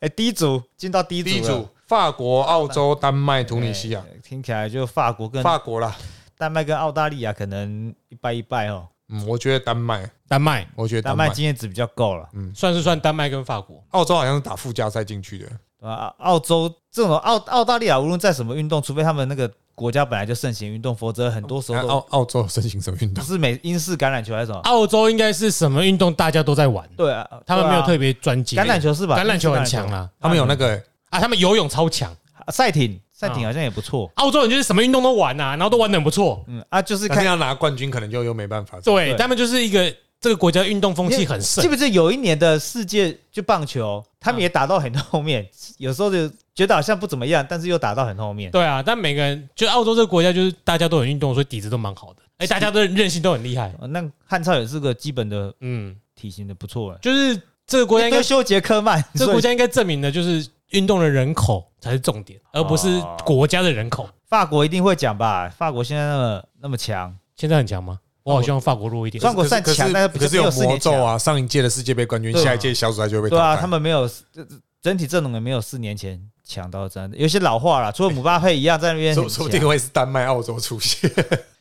S1: 哎，第一组进到第一
S3: 第一
S1: 组了
S3: 组，，法国、澳洲、丹麦、突
S1: 突
S3: 尼西亚，
S1: 听起来就法国跟
S3: 法国啦，
S1: 丹麦跟澳大利亚可能一败一败哦。
S3: 嗯，我觉得丹麦，
S2: 丹麦
S3: 我觉得
S1: 丹
S3: 丹
S1: 麦
S3: 麦，
S1: 经验值比较够了，
S2: 算是算丹麦跟法国，
S3: 澳洲好像是打附加赛进去的，
S1: 对吧？啊澳洲这种澳澳大利亚，无论在什么运动，除非他们那个国家本来就盛行运动，否则很多时
S3: 然
S1: 候
S3: 后
S1: 都
S2: 啊哦
S3: 澳澳洲申请什么运
S1: 不
S3: 动？
S1: 是美英式橄榄球还是什么？
S2: 澳洲应该是什么运动大家都在玩，
S1: 对啊，
S2: 啊他们没有特
S1: 对啊
S2: 别专精。
S1: 橄榄球是吧？
S2: 橄榄球很强
S1: 啊，
S2: 啊，
S3: 他们有那个
S2: 啊，他们游泳超强。
S1: 赛
S2: 啊
S1: 艇赛艇好像也不错。
S2: 澳洲人就是什么运动都玩啊，然后都玩的很不错。
S1: 嗯啊，就是
S3: 看
S1: 看
S3: 要拿冠军，可能就又没办法。
S2: 对
S1: 对啊
S2: 他们就是一个这个国家运动风气很盛啊
S1: 记，不记得有一年的世界就棒球，他们也打到很后面，有时候就觉得好像不怎么样，但是又打到很后面。
S2: 对啊，但每个人就澳洲这个国家就是大家都有运动，所以底子都蛮好的，哎，大家都韧性都很厉害。
S1: 呃那汉超也是个基本的
S2: 嗯，
S1: 体型的不错哎，
S2: 就是这个国家应该
S1: 跟修杰克曼，
S2: 这
S1: 所
S2: 个
S1: 以
S2: 国家应该证明的就是运动的人口才是重点，而不是
S1: 哦
S2: 国家的人口。
S1: 法国一定会讲吧？法国现在那么那么强，
S2: 现在很强吗？我好希望法国弱一点
S1: 法。国算
S3: 可是
S1: 强但是
S3: 可是有
S1: 没有四年
S3: 魔咒啊！上一届的世界杯冠军，
S1: 对啊
S3: 下一届小组赛就会被
S1: 对
S3: 淘汰
S1: 啊，他们没有这这整体阵容也没有四年前强到这样，有些老化了，除了姆巴佩一样在那边很
S3: 说说不定
S1: 强
S3: 会是丹麦、澳洲出现。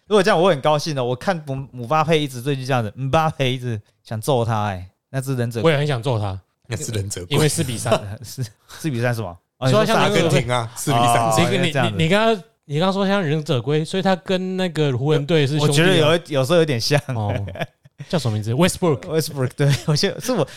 S1: 如果这样，我会很高兴的。我看姆姆巴佩一直最近这样子，姆巴佩一直想揍他哎，那只忍者
S2: 我也很想揍他，
S3: 那是忍者
S2: 因为
S3: 龟，
S2: 四比三。
S1: 是四比三是吗？哦
S2: 说
S1: 你
S2: 像
S1: 萨
S3: 阿
S2: 那
S1: 克
S2: 个
S3: 根
S1: 斯
S3: 廷啊，四比
S1: 哦
S3: 三。
S2: 谁
S1: 原
S2: 跟
S1: 来
S2: 你
S1: 这样子
S2: 你你刚刚你刚刚说像忍者龟，所以他跟那个湖人队是
S1: 我
S2: 兄弟啊
S1: 觉得有一有时候有点像
S2: 哦，叫什么名字？Westbrook
S1: Westbrook，对，我觉得是我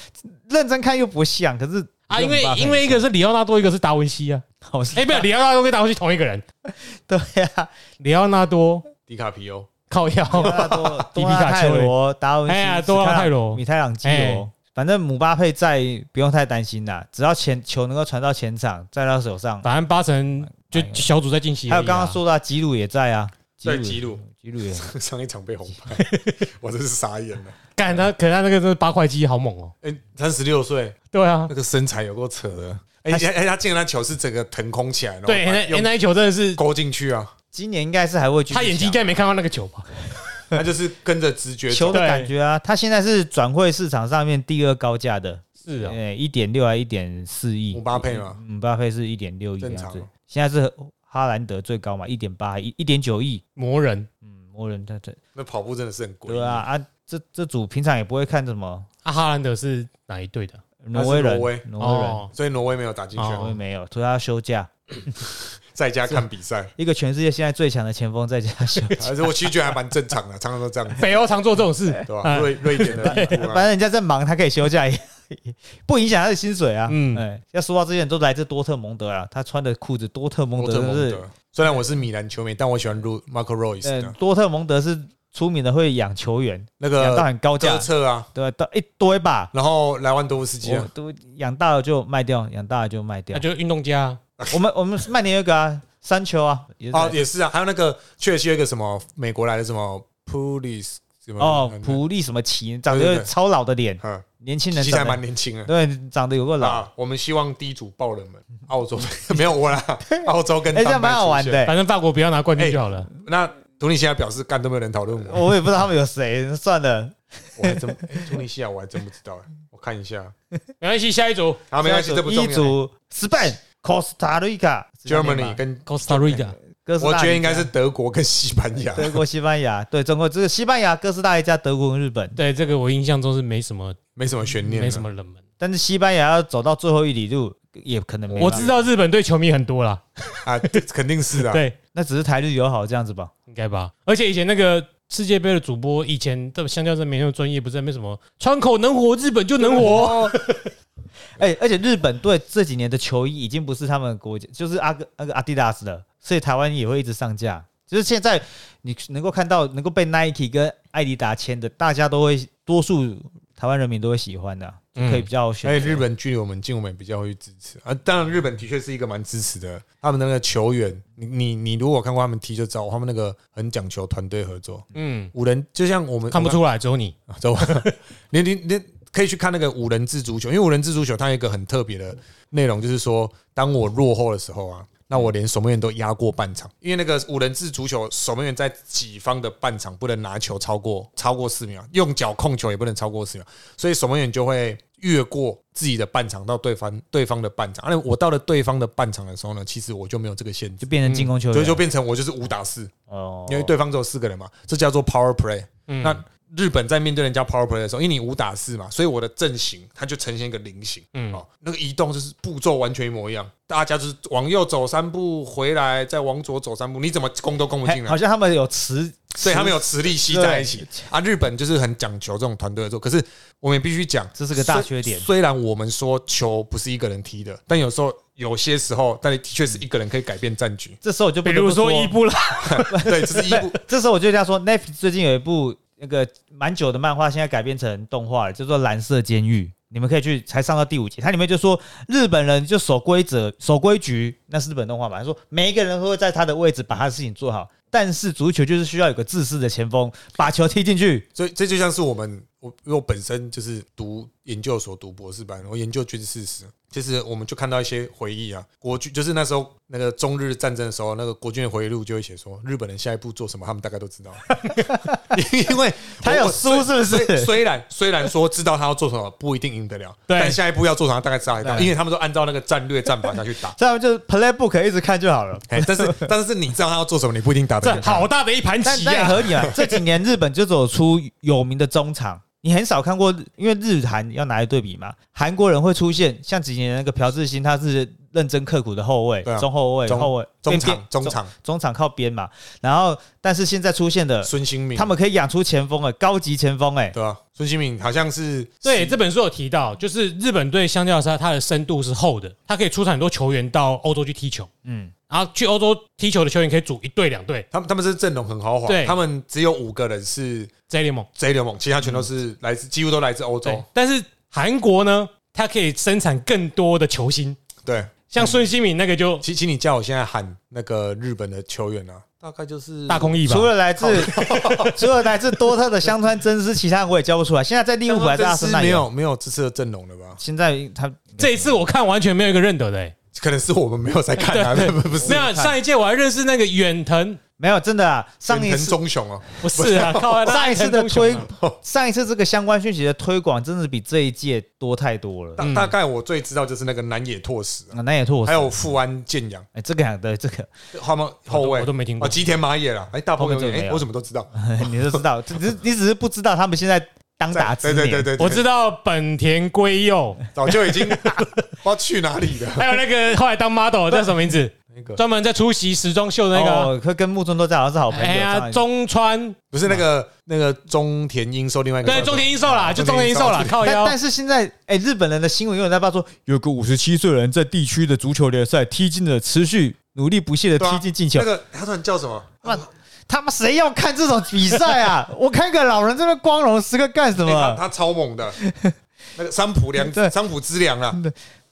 S1: 认真看又不像，可是
S2: 啊，因为
S1: 姆巴佩
S2: 因为一个是里奥纳多，一个是达文西啊。
S1: 好像
S2: 哎，没有，里奥纳多跟达文西同一个人。
S1: 对呀，
S2: 里奥纳多
S3: 迪卡皮欧，
S2: 靠
S1: 多
S2: 腰，
S1: 纳多、
S2: 迪
S1: 多
S2: 比
S1: 纳
S2: 卡
S1: 泰
S2: 丘
S1: 罗、达文西、
S2: 哎呀
S1: 斯
S2: 多纳
S1: 卡
S2: 泰罗
S1: 米泰朗基罗
S2: 哎，
S1: 反正姆巴佩在，不用太担心啦，只要前球能够传到前场，在他手上。
S2: 反正八成就
S1: 哎
S2: 小组在晋级而已啊。
S1: 还有刚刚说到吉鲁也在啊，
S3: 对
S1: 吉
S3: 吉
S1: 鲁
S3: 鲁
S1: 也，吉鲁也
S3: 上一场被红牌， 我真是傻眼了。
S2: 干他，可是他那个真的八块肌好猛哦。
S3: 哎，三十六岁，
S2: 对啊
S3: 那，个身材有够扯的。哎，哎，哎他进了那球是整个腾空起来，然后
S2: 对，
S3: 把
S2: 那
S3: 用
S2: 那一球真的是
S3: 勾进去啊，
S1: 今年应该是还会继续
S2: 他眼睛应
S1: 强
S2: 该没看到那个球吧？
S3: 他就是跟着直觉走
S1: 球的
S2: 对
S1: 感觉啊，他现在是转会市场上面第二高价的，
S2: 是啊，
S1: 呃，一点六还一点四亿，
S3: 姆巴佩嘛，
S1: 姆巴佩是一点六亿这
S3: 正
S1: 样
S3: 常
S1: 子
S3: 哦，
S1: 现在是哈兰德最高嘛，一点八一一点九亿，
S2: 魔人
S1: 嗯，魔人他这
S3: 那跑步真的是很贵。
S1: 对啊啊，这这组平常也不会看什么
S2: 啊，哈兰德是哪一队的？
S1: 挪威人，
S3: 挪威
S1: 挪威人，
S3: 所以挪威没有打进去，
S1: 挪威
S2: 哦
S1: 没有，所以他休假。
S3: 在家看比 赛，
S1: 一个全世界现在最强的前锋在家 休，
S3: 而且我其实觉得还蛮正常的，常常都 这样，
S2: 北欧常做这种事，
S3: 对吧？
S2: 哎
S3: 瑞瑞典的领队
S1: 反
S3: 啊，
S1: 正人家在忙，他可以休假也。 不影响他的薪水啊，嗯，
S2: 嗯
S1: 哎、要说到这些都来自多特蒙德啊，他穿的裤子多特蒙
S3: 多
S1: 德
S3: 特
S1: 真的
S3: 蒙
S1: 是
S3: 德。虽然我是米兰球迷，但我喜欢 Ru- Marco Royce
S1: 呃
S3: 的，
S1: 多特蒙德是出名的会养球员，
S3: 那
S1: 养到
S3: 个
S1: 很高价
S3: 戈，策啊，
S1: 对，到一堆吧，
S3: 然后莱万多夫斯基
S1: 我
S3: 啊，
S1: 都养大了就卖掉，养大了就卖掉
S2: 那。就是运动家啊
S1: 我们我们曼联有一个啊，山丘啊，也是
S3: 哦也是啊，还有那个确实有一个什么美国来的什么 Pulis 什么
S1: 哦
S3: 嗯，
S1: 普利什么奇，长
S3: 对对
S1: 得
S3: 对
S1: 超老的脸，
S3: 嗯，
S1: 年轻人
S3: 其实还
S1: 长
S3: 蛮
S1: 得
S3: 年轻的。
S1: 对，长得有个老，
S3: 啊，我们希望第一组爆冷门，澳洲 没有我啦，澳洲跟
S1: 哎，这样
S3: 丹麦
S1: 蛮好玩
S3: 出现。
S1: 的。
S2: 反正法国不要拿冠军就好了。
S3: 那图尼西亚表示干都没有人讨论我，
S1: 我也不知道他们有谁，算了，
S3: 我还真哎图尼西亚我还真不知道，哎我看一下，
S2: 没关系，下一组
S3: 啊没关系，这不重
S1: 一
S3: 要。
S1: 组 Spain、Costa Rica、
S3: Germany 跟
S2: Costa Rica
S1: 哥斯达
S3: 我
S1: 黎加
S3: 觉得应该是德国跟西班牙，
S1: 德国、西班牙，对，中国这个西班牙、哥斯达黎加、德国跟日本。
S2: 对这个我印象中是没什么
S3: 没什么悬念，啊
S2: 没什。么冷门。
S1: 但是西班牙要走到最后一里路，也可能没办法。
S2: 我知道日本队球迷很多啦，
S3: 啊，这肯定是啊。
S2: 对，
S1: 那只是台日友好这样子吧。
S2: 应该吧。而且以前那个世界杯的主播，以前这相较这没那么专业，不是没什么窗口能活，日本就能活。
S1: 哎、而且日本队这几年的球衣已经不是他们国家，就是阿个那个阿迪达斯了，所以台湾也会一直上架。就是现在你能够看到能够被 Nike 跟艾迪达签的，大家都会多数台湾人民都会喜欢的啊，
S3: 嗯
S1: 就可以比较选
S3: 而
S1: 择。
S3: 且日本距离我们近，我们也比较会支持啊。当然，日本的确是一个蛮支持的。他们那个球员，你你你如果看过他们踢就知道，他们那个很讲求团队合作。
S2: 嗯，
S3: 五人就像我们
S2: 看不出来，只有你。
S3: 啊走，你你你可以去看那个五人制足球，因为五人制足球它有一个很特别的内容，就是说，当我落后的时候啊，那我连守门员都压过半场，因为那个五人制足球守门员在己方的半场不能拿球超过超过四秒，用脚控球也不能超过四秒，所以守门员就会。越过自己的半场到对方对方的半场，而啊我到了对方的半场的时候呢，其实我就没有这个限制
S1: 就，变成进攻球员
S3: 所以
S1: 了，
S3: 嗯就变成我就是五打四，
S1: 哦，
S3: 因为对方只有四个人嘛，这叫做 power play。
S2: 嗯
S3: 那日本在面对人家 power play 的时候，因为你五打四嘛，所以我的阵型它就呈现一个菱形，
S2: 嗯
S3: 哦，那个移动就是步骤完全一模一样，大家就是往右走三步回来，再往左走三步，你怎么攻都攻不
S1: 还
S3: 进来
S1: 哎好，像他们有磁，
S3: 所以他们
S1: 有
S3: 有磁力吸在一起。啊。日本就是很讲求这种团队合作，可是我们也必须讲，
S1: 这是个大缺点。
S3: 虽虽然我们说球不是一个人踢的，但有时候有些时候，但的确是一个人可以改变战局
S1: 这时候我就不
S2: 比
S1: 得不
S2: 如说伊布 拉，
S3: 对，这是一步
S1: 不，这时候我就跟他说，Netflix 最近有一部那个蛮久的漫画，现在改编成动画了，叫做《蓝色监狱》，你们可以去，才上到第五集。它里面就说日本人就守规则、守规矩，那是日本动画嘛？他说每一个人都会在他的位置把他的事情做好，但是足球就是需要有个自私的前锋把球踢进去。
S3: 所以这就像是我们，我因为我本身就是读研究所读博士班，我研究军事史，其实我们就看到一些回忆啊，国军就是那时候那个中日战争的时候，那个国军的回忆录就会写说，日本人下一步做什么，他们大概都知 道，因为
S1: 他有输是不
S3: 虽虽
S1: 是？
S3: 虽然虽然说知道他要做什么，不一定赢得了，
S2: 对
S3: 但下一步要做什么，大概知道得到，
S1: 对
S3: 因为他们都按照那个战略战法
S1: 。
S3: 下去打
S1: 这样就是 playbook 一直看就好了。
S3: 哎但是但是你知道他要做什么，你不一定打得
S2: 这
S3: 赢他
S2: 好大的一盘
S1: 但
S2: 棋
S1: 但也
S2: 呀、
S1: 合 理啊。这几年日本就走出有名的中场，你很少看过，因为日韩要拿来对比嘛。韩国人会出现像几年那个朴智星，他是认真刻苦的后卫、
S3: 对啊
S1: 中后卫、
S3: 中
S1: 后卫、
S3: 中
S1: 边
S3: 场
S1: 边
S3: 中场
S1: 中场靠边嘛。然后，但是现在出现的，
S3: 孙兴民，
S1: 他们可以养出前锋哎，高级前锋哎，
S3: 对吧、孙兴民好像是
S2: 对，这本书有提到，就是日本队相较之下，它的深度是厚的，它可以出产很多球员到欧洲去踢球，
S1: 嗯，
S2: 然后去欧洲踢球的球员可以组一队两队，
S3: 他们他们是阵容很豪华，
S2: 对
S3: 他们只有五个人是
S2: 这一联盟。
S3: J 联盟，其他全都是来自、几乎都来自欧
S2: 对
S3: 洲。，
S2: 但是韩国呢，它可以生产更多的球星，
S3: 对，
S2: 像孙兴慜那个就
S3: 其实你叫我现在喊那个日本的球员啊，大概就是
S2: 大空翼吧
S1: 除，了来自 除了来自多特的香川真司，其他人我也教不出来。现在在利物浦还是阿森
S3: 是
S1: 纳
S3: 没
S1: 也有，
S3: 有没有这次的阵容了吧？
S1: 现在他
S2: 这一次我看完全没有一个认得的、欸，
S3: 可能是我们没有在看啊，不不
S2: 没
S3: 是
S2: 有上一届我还认识那个远藤，
S1: 没有真的啊，上一
S3: 远藤
S1: 次
S3: 忠雄哦，
S2: 不是啊，靠，
S1: 上一次的推
S2: 推，
S3: 啊
S1: 上一次这个相关讯息的推广，真的比这一届多太多了。
S3: 大大概我最知道就是那个南野拓实啊，
S1: 啊，南野拓
S3: 还
S1: 实，
S3: 有富安健洋，
S1: 哎，这个两对这个
S3: 他们后卫
S2: 我都没听过
S3: 哦，吉田麻也啦，哎，大鹏
S1: 后面这个没
S3: 哎，
S1: 有
S3: 我怎么都知道，
S1: 你就知道， 只是你只是不知道他们现在当打之
S3: 对
S1: 年。
S3: 对对对，对
S2: 我知道本田圭佑，
S3: 早就已经 不知道去哪里了。
S2: 还有那个后来当 model 叫什么名字？
S3: 那个
S2: 专门在出席时装秀的那个啊。
S1: 哦，可跟木村拓哉好像是好朋友。
S2: 哎呀，
S1: 中
S2: 中川
S3: 不是那个那个中田英寿，另外一个
S2: 对
S3: 叫
S2: 中田英寿啦，就中田英寿啦，靠
S1: 但
S2: 腰
S1: 但是现在，哎，日本人的新闻永远在报说，有个五十七岁的人在地区的足球联赛踢进了，持续努力不懈的
S3: 对啊
S1: 踢进进球
S3: 那。个他突然叫什么？
S1: 那他妈谁要看这种比赛啊？ 我看个老人这边光荣时刻干什
S3: 哎他
S1: 么？啊
S3: 他超 猛的，那个三浦良
S1: 对
S3: 三浦之良啊，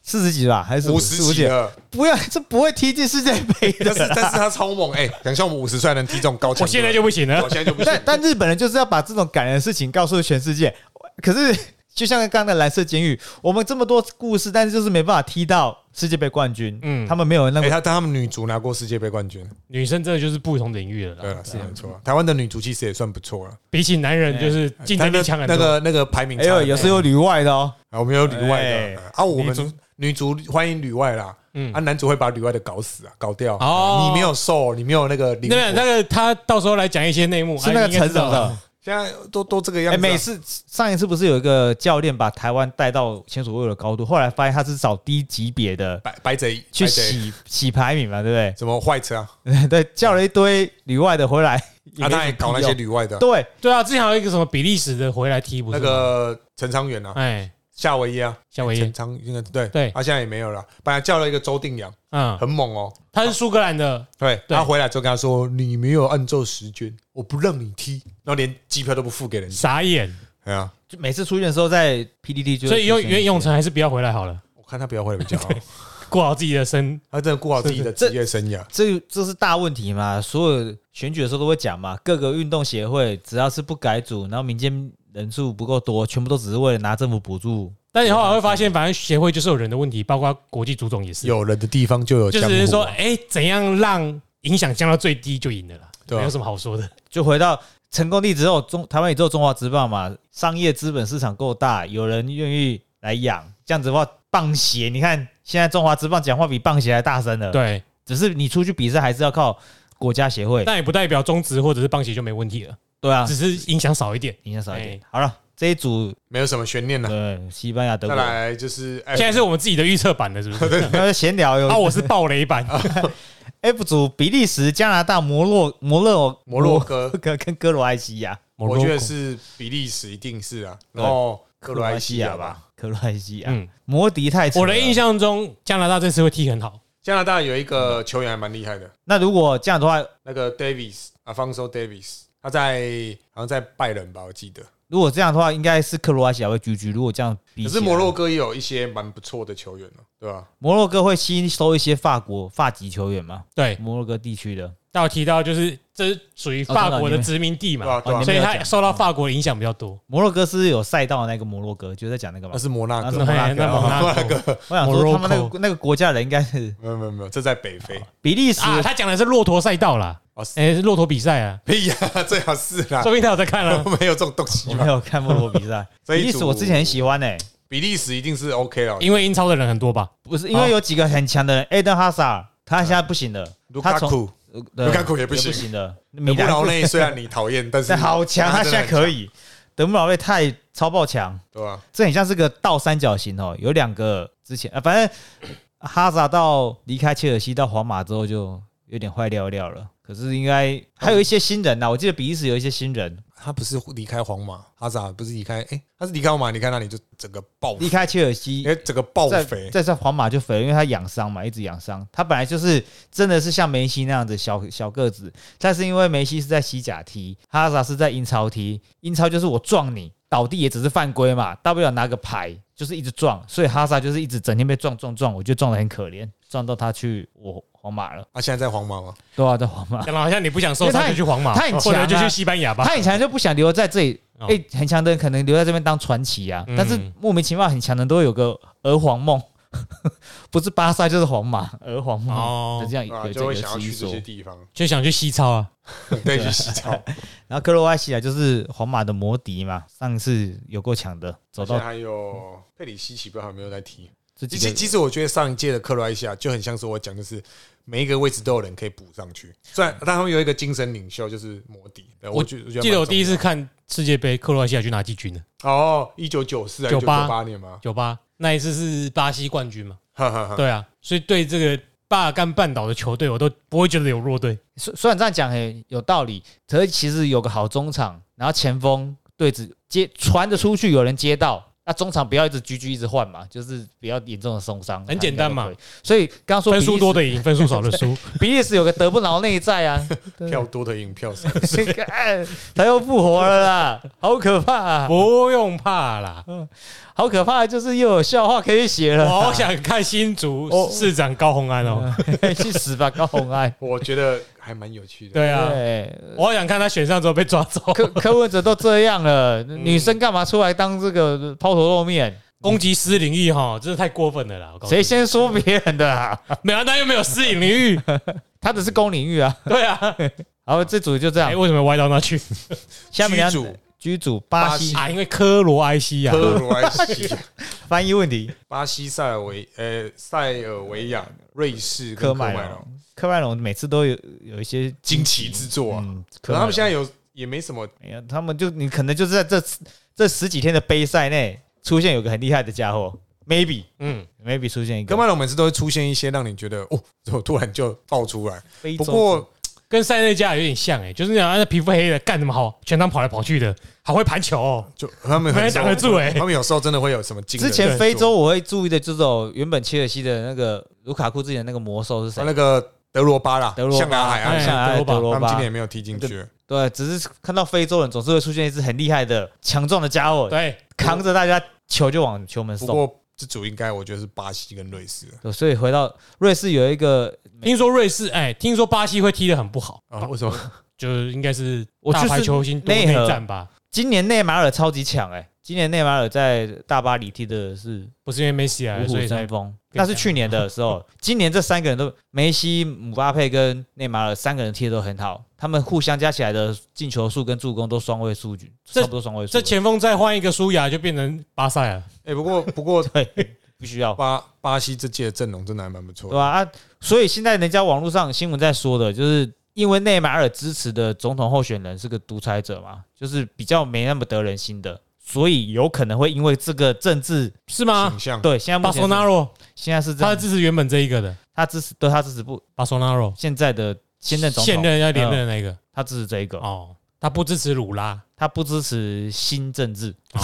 S1: 四十几吧，还是
S3: 五十
S1: 几啊
S3: 几？了，
S1: 不要，这不会踢进世界杯
S3: 但是
S1: 的。
S3: 但是他超猛哎，想像我们五十岁还能踢这种高强度，
S2: 我现在就不行了
S3: 我。现在就不
S1: 但
S3: 行。
S1: 但日本人就是要把这种感人的事情告诉全世界。可是就像刚刚的蓝色监狱，我们这么多故事，但是就是没办法踢到世界杯冠军。嗯，
S2: 嗯
S1: 他们没有那
S3: 哎，
S1: 个。
S3: 他他们女足拿过世界杯冠军，
S2: 女生真的就是不同领域了
S3: 对
S2: 啦，
S3: 了，是没错啊。台湾的女足其实也算不错了，
S2: 比起男人就是啊竞争力强很
S3: 哎那
S2: 多。
S3: 个那个排名
S1: 哎
S3: 差很
S1: 呦，
S3: 多，
S1: 有是有里外的哦。
S3: 啊，我们有旅外
S1: 哎
S3: 的啊，我
S2: 女足
S3: 们女足欢迎旅外啦，
S2: 嗯
S3: 啊，男足会把旅外的搞死啊，搞掉。
S2: 哦
S3: 你没有瘦，你没有那个灵
S2: 那个那
S3: 活，
S2: 个他到时候来讲一些内幕，
S1: 是那
S2: 啊
S1: 个
S2: 你应该
S1: 陈
S2: 知
S1: 总
S2: 道
S1: 的
S2: 吧，
S3: 现在都都这个样
S1: 哎，
S3: 子啊。
S1: 每次上一次不是有一个教练把台湾带到前所未有的高度，后来发现他是找低级别的
S3: 白白贼
S1: 去
S3: 白贼
S1: 洗洗排名嘛，对不对？
S3: 什么坏车啊，
S1: 对， 叫了一堆里外的回来，也
S3: 啊，
S1: 没
S3: 他
S1: 什
S3: 也
S1: 么
S3: 搞那
S1: 屁
S3: 些
S1: 用
S3: 旅外的，
S1: 对，
S2: 对啊，之前还有一个什么比利时的回来踢，不是
S3: 那
S2: 吗
S3: 个陈昌元啊，
S2: 哎
S3: 夏威夷啊，
S2: 夏威
S3: 陈
S2: 夷，
S3: 昌应该对啊
S2: 对
S3: 他现在也没有了。本来叫了一个周定洋，
S2: 嗯，
S3: 很猛哦，
S2: 他是苏格兰的，
S3: 对，
S2: 对
S3: 他回来之后跟他说：“你没有按照时间，我不让你踢。”然后连机票都不付给人家，
S2: 傻眼，
S3: 哎呀，
S1: 就每次出现的时候在 PDD 就会
S2: 所以用
S1: 出现一
S2: 袁
S1: 些
S2: 永成还是不要回来好了，
S3: 我看他不要回来比较好，
S2: 过好自己的身。
S3: 他真的顾好自己的
S1: 是是
S3: 职业生涯。
S1: 这这是大问题嘛？所有选举的时候都会讲嘛，各个运动协会只要是不改组，然后民间人数不够多，全部都只是为了拿政府补助。
S2: 但你后来会发现，反正协会就是有人的问题，包括国际足总也是，
S3: 有人的地方就有
S2: 就
S3: 江湖啊，
S2: 只是说，哎，怎样让影响降到最低就赢了啦，
S3: 对啊
S2: 没有什么好说的。
S1: 就回到成功地只有中台湾也只有中华职棒嘛，商业资本市场够大，有人愿意来养，这样子的话，棒协你看现在中华职棒讲话比棒协还大声了。，
S2: 对，
S1: 只是你出去比赛还是要靠国家协会。
S2: 但也不代表中职或者是棒协就没问题了，
S1: 对啊
S2: 只，是影响少一点。
S1: 影响少一点
S2: 哎。
S1: 好了，这一组
S3: 没有什么悬念了。啊
S1: 对西班牙、德
S3: 再
S1: 国，
S3: 来就是哎
S2: 现在是我们自己的预测版了，是不是？
S1: 然后闲聊有
S2: 啊，我是暴雷版，
S1: F 组比利时、加拿大、摩洛摩洛
S3: 摩洛哥，
S1: 哥跟哥罗埃西亚，
S3: 我觉得是比利时一定是啊，然后克罗埃西亚吧。，
S1: 克罗埃西亚，
S2: 嗯，
S3: 啊
S1: 摩迪太扯了
S2: 我的印，象中加拿大这次会踢很好，
S3: 加拿大有一个球员还蛮厉害的，
S1: 那如果这样的话，
S3: 那个 Davis 啊，方舟 Davis，他在好像在拜仁吧，我记得。
S1: 如果这样的话，应该是克罗埃西亚会居居。如果这样比
S3: 可
S1: 起来，
S3: 是摩洛哥也有一些蛮不错的球员哦，对吧？
S1: 摩洛哥会吸收一些法国法籍球员吗？
S2: 对，
S3: 嗯
S1: 摩洛哥地区的，
S2: 但我提到就是这是属
S1: 哦
S2: 于法国的殖民地
S3: 对啊
S2: 嘛，
S3: 吧？对
S1: 哦
S3: 吧
S1: 你？
S2: 所以
S1: 没有
S2: 他
S1: 讲
S2: 受到法国的影响比较多。
S1: 摩洛哥是有赛道的那个摩洛哥，就在讲那个嘛
S3: 哦那。是摩纳
S1: 那是，
S3: 哥
S1: 摩纳哥
S2: 嘿那蒙纳哥
S1: 我想说他们那
S2: 摩洛
S1: 个那个国家的人应该是
S3: 没有没有没有，这在北非
S1: 比利时，
S2: 啊，他讲的是骆驼赛道啦，
S3: 哦，
S2: 哎，是骆驼比赛啊，
S3: 哎呀，最好是 啦
S2: 说，不定他有在看 啊。
S3: 没有这种东西
S1: 我没
S3: 嘛。
S1: 有看摩洛哥比赛。
S3: 这
S1: 比
S3: 一组
S1: 利时我之前很喜欢欸诶，
S3: 比利时一定是 OK 了，
S2: 因为英超的人很多吧？
S1: 不是
S3: 哦
S1: 因为有几个很强的人，Eden Hazard 他现在不行了，
S3: 卢
S1: 他
S3: 卡
S1: 从
S3: 库、
S1: 对
S3: 卢卡库也不
S1: 不
S3: 行
S1: 行的，米
S3: 德布
S1: 兰
S3: 劳内虽然你讨厌，但是
S1: 但 好强，他现在可
S3: 以，
S1: 以。德布劳内太超爆强，
S3: 对吧？
S1: 这很像是个倒三角形哦，有两个之前啊，反正哈萨到离开切尔西到皇马之后就有点坏掉掉了。可是应该还有一些新人呐、我记得比利时有一些新人
S3: 他不是离开皇马，哈萨不是离开，哎，他是离开皇马，离开那里就整个爆，
S1: 离开切尔
S3: 因
S1: 西，
S3: 为整个
S2: 哦
S3: 爆
S1: 在
S3: 肥，
S1: 在在皇马就肥了，因为他养伤嘛，一直养伤。他本来就是真的是像梅西那样子小小个子，但是因为梅西是在西甲踢，哈萨是在英超踢，英超就是我撞你倒地也只是犯规嘛，大不了拿个牌，就是一直撞，所以哈萨就是一直整天被撞撞撞，我觉得撞得很可怜，撞到他去我皇马了，
S3: 他现在在皇马吗？
S1: 对啊，在皇 马，
S2: 讲的好像你不想受伤就去皇马，
S1: 因为他很
S2: 或
S1: 他
S2: 者
S1: 很
S2: 就
S1: 强啊
S2: 去西班牙吧
S1: 他。很强就不想留在这里，
S2: 哦
S1: 哎、很强的人可能留在这边当传奇啊，
S2: 嗯
S1: 但是莫名其妙很强的人都会有个儿皇梦。 不是巴萨就是皇马，而皇马
S2: 哦
S1: 的，这样一
S3: 啊，
S1: 个这
S3: 就
S1: 个
S3: 会想要去
S1: 基
S3: 这
S1: 数
S3: 些。地方，
S2: 就想去西超啊，
S3: 对，去洗澡。
S1: 然后克罗埃西亚就是皇马的魔笛嘛，上次有够强的，走
S3: 现在
S1: 到
S3: 还有佩里西奇，不知道有没有在踢。
S1: 这
S3: 其
S1: 几
S3: 实，
S1: 个
S3: 其实我觉得上一届的克罗埃西亚就很像是我讲，就是每一个位置都有人可以补上去。虽然但他们有一个精神领袖，就是摩迪。对我觉觉得
S2: 记得我第一次
S3: 蛮
S2: 看世界杯，克罗埃西亚去拿季军的，
S3: 重要哦，一九九四还是九
S2: 98
S3: 八年吗？
S2: 九八那一次是巴西冠军嘛？
S3: 哈
S1: 嗯
S3: 哈哈。
S2: 对啊，所以对这个巴尔干半岛的球队，我都不会觉得有弱队。
S1: 虽虽然这样讲很有道理，可是其实有个好中场，然后前锋对子接传的出去，有人接到，那中场不要一直狙狙一直换嘛，就是不要严重的受伤，
S2: 很简单嘛
S1: 应该就可以。所以刚刚说
S2: 分数多
S1: 的
S2: 的 赢，分数少的输。
S1: 比利时有个德布劳内在 啊，
S3: 票多的赢，票少。
S1: 这个哎他又复活了啦，好可怕啊！
S2: 不用怕啦，
S1: 好可怕，就是又有笑话可以写
S2: 我
S1: 了。
S2: 好想看新竹
S1: 哦
S2: 市长高虹安哦。
S1: 去死吧，高红安！
S3: 我觉得还蛮有趣的。
S2: 对 啊，
S1: 对，
S2: 我好想看他选上之后被抓走，
S1: 柯柯文哲都这样了，
S3: 嗯
S1: 女生干嘛出来当这个抛头露面？
S2: 攻击私领域哈，真的太过分了啦！我告诉
S1: 谁
S2: 你
S1: 先说别人的 啊？
S2: 没有，那又没有私领域。
S1: 他的是公领域啊。
S2: 对啊，
S1: 好，这组就这
S2: 哎，
S1: 样。
S2: 为什么歪到那去
S1: 下面两
S3: 居组
S1: 居组巴西
S2: 啊？因为科罗埃西亚，
S3: 克罗埃西亚、
S1: 翻译问题，
S3: 巴西、塞尔维呃塞尔维亚、瑞士跟
S1: 科
S3: 科
S1: 麦
S3: 麦
S1: 隆
S3: 隆，
S1: 科麦隆每次都有有一些
S3: 惊奇之作啊！
S1: 嗯，
S3: 可
S1: 科
S3: 能
S1: 麦
S3: 他
S1: 隆
S3: 们现在有也没什么
S1: 没有，他们就你可能就是在这这十几天的杯赛内出现有个很厉害的家伙，maybe
S2: 嗯，
S1: maybe 出现一
S3: 科
S1: 个
S3: 麦隆每次都会出现一些让你觉得哦， 怎么突然就爆出来。
S1: 非洲
S3: 不过
S2: 跟塞内加尔有点像哎，就是那样，那皮肤黑的干什么好，全场跑来跑去的，好会盘球哦。
S3: 就他们
S2: 没
S3: 很
S2: 人挡得住欸
S3: 他们有时候真的会有什么惊人
S1: 之
S3: 的
S1: 前非洲
S3: 动
S1: 我会注意的这种原本切尔西的那个卢卡库之前的那个魔兽是
S3: 作啊
S1: 谁？
S3: 那个德罗巴啦，
S1: 德罗
S3: 象牙海
S1: 巴，
S2: 哎
S3: 岸
S1: 象
S3: 上，
S1: 牙海
S2: 德
S1: 德
S2: 罗
S1: 罗
S3: 他们今年也
S1: 巴。
S3: 没有踢进去。
S1: 对，只是看到非洲人总是会出现一只很厉害的、强壮的家伙，
S2: 对，
S1: 扛着大家球就往球门
S3: 不
S1: 送。
S3: 过这组应该我觉得是巴西跟瑞士
S1: 对所以回到瑞士有一个，
S2: 听说瑞士哎，听说巴西会踢得很不好，
S1: 哦
S3: 啊，为什么？
S2: 就是应该是
S1: 我就
S2: 大
S1: 是
S2: 牌球星多内
S1: 内核
S2: 战吧，
S1: 今年内马尔超级强哎、今年内马尔在大巴黎踢的是
S2: 不是因为梅西啊，
S1: 五
S2: 所
S1: 虎
S2: 以才
S1: 争锋，那是去年的时候。今年这三个人都，梅西、姆巴佩跟内马尔三个人踢的都很好，他们互相加起来的进球数跟助攻都双位数据，
S2: 这
S1: 差不多双位数。
S2: 这前锋再换一个舒雅就变成巴塞了。
S3: 哎，不过不过
S1: 对不需要，
S3: 巴巴西这届的阵容真的还蛮不错
S1: 对
S3: 的。
S1: 吧、啊？所以现在人家网络上新闻在说的，就是因为内马尔支持的总统候选人是个独裁者嘛，就是比较没那么得人心的，所以有可能会因为这个政治
S2: 是吗
S3: 倾？向
S1: 对啊现在
S2: 巴
S1: 目
S2: 索
S1: 前
S2: 纳
S1: 是
S2: 罗，
S1: 现在是这
S2: 他
S1: 样
S2: 是支持原本这一个的
S1: 他支持对他支持不
S2: 巴索纳罗，
S1: 现在的现任总统嗯
S2: 现任要连任的那个
S1: 他支持这一个。
S2: 哦，他不支持鲁拉，
S1: 他不支持新政治，
S3: 哦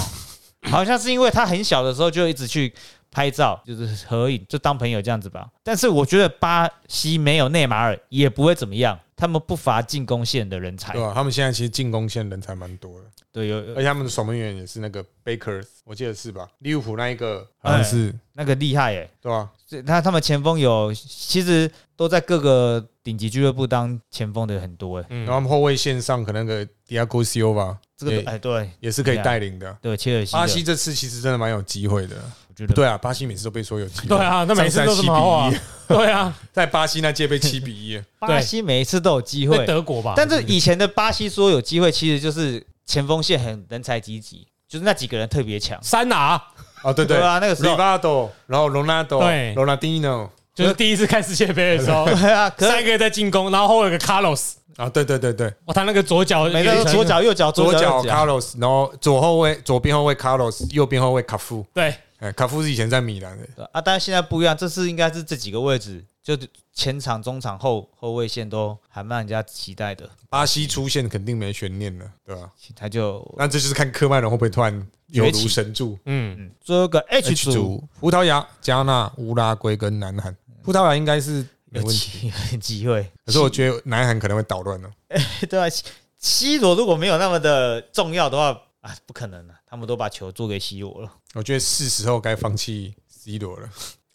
S1: 好像是因为他很小的时候就一直去拍照，就是合影，就当朋友这样子吧。但是我觉得巴西没有内马尔也不会怎么样，他们不乏进攻线的人才
S3: 对，吧？啊他们现在其实进攻线人才蛮多的，
S1: 哎对，有
S3: 而
S1: 有
S3: 且他们的守门员也是那个 Baker，我记得是吧？利物浦那一个
S1: 哎
S3: 好像是
S1: 那个厉害耶、
S3: 对啊吧？
S1: 这那他们前锋有，其实都在各个顶级俱乐部当前锋的很多哎、
S2: 嗯
S3: 然后，他们后卫线上可能那个 Diego Silva
S1: 这个
S3: 对
S1: 都哎对
S3: 也是可以
S1: 对啊
S3: 带领的。
S1: 对，切尔西的
S3: 巴西这次其实真的蛮有机会的，
S1: 我觉得
S3: 对啊，巴西每次都被说有机会，
S2: 对啊，那每次都这么好啊
S3: 上次还7比，
S2: 对 啊，
S3: 在巴西那届被七比一，
S1: 巴西每一次都有机
S2: 在
S1: 会，
S2: 德国吧，
S1: 但是以前的巴西说有机会，其实就是前锋线很人才济济，就是那几个人特别强。
S2: 三拿
S3: 哦，对对，
S1: 啊，那个时候
S3: Rivaldo，然后 Ronaldo，
S2: 对
S3: Ronaldinho，
S2: 就是
S1: 呃
S2: 第一次看世界杯的 时候，
S1: 对啊，可
S2: 三
S1: 是
S2: 个在进攻，然后后面有个 Carlos，
S3: 啊，对对对对，
S2: 哇，他那个左脚
S1: 每个都左脚右脚
S3: 左
S1: 脚
S3: 脚
S1: 右脚，
S3: Carlos，然后左后卫左边后卫 Carlos，右边后卫卡夫，
S2: 对，
S3: 哎，卡夫是以前在米兰的，
S1: 对啊，但是现在不一样，这次应该是这几个位置，就前场、中场、后后卫线都还蛮人家期待的，
S3: 巴西出现肯定没悬念了，对吧？
S1: 他就
S3: 那这就是看科麦隆会不会突然有
S1: 崛
S3: 如
S1: 起
S3: 神助。
S2: 嗯，
S1: 嗯，最后一个 H
S3: H
S1: 组
S3: 组葡萄牙、加纳、乌拉圭跟南韩，葡萄牙应该是没
S1: 有
S3: 问题，
S1: 机有机会，
S3: 可是我觉得南韩可能会捣乱了。
S1: 对啊，C- C 罗如果没有那么的重要的话啊，不可能啊，他们都把球做给 C 罗了。
S3: 我觉得是时候该放弃 C 罗了。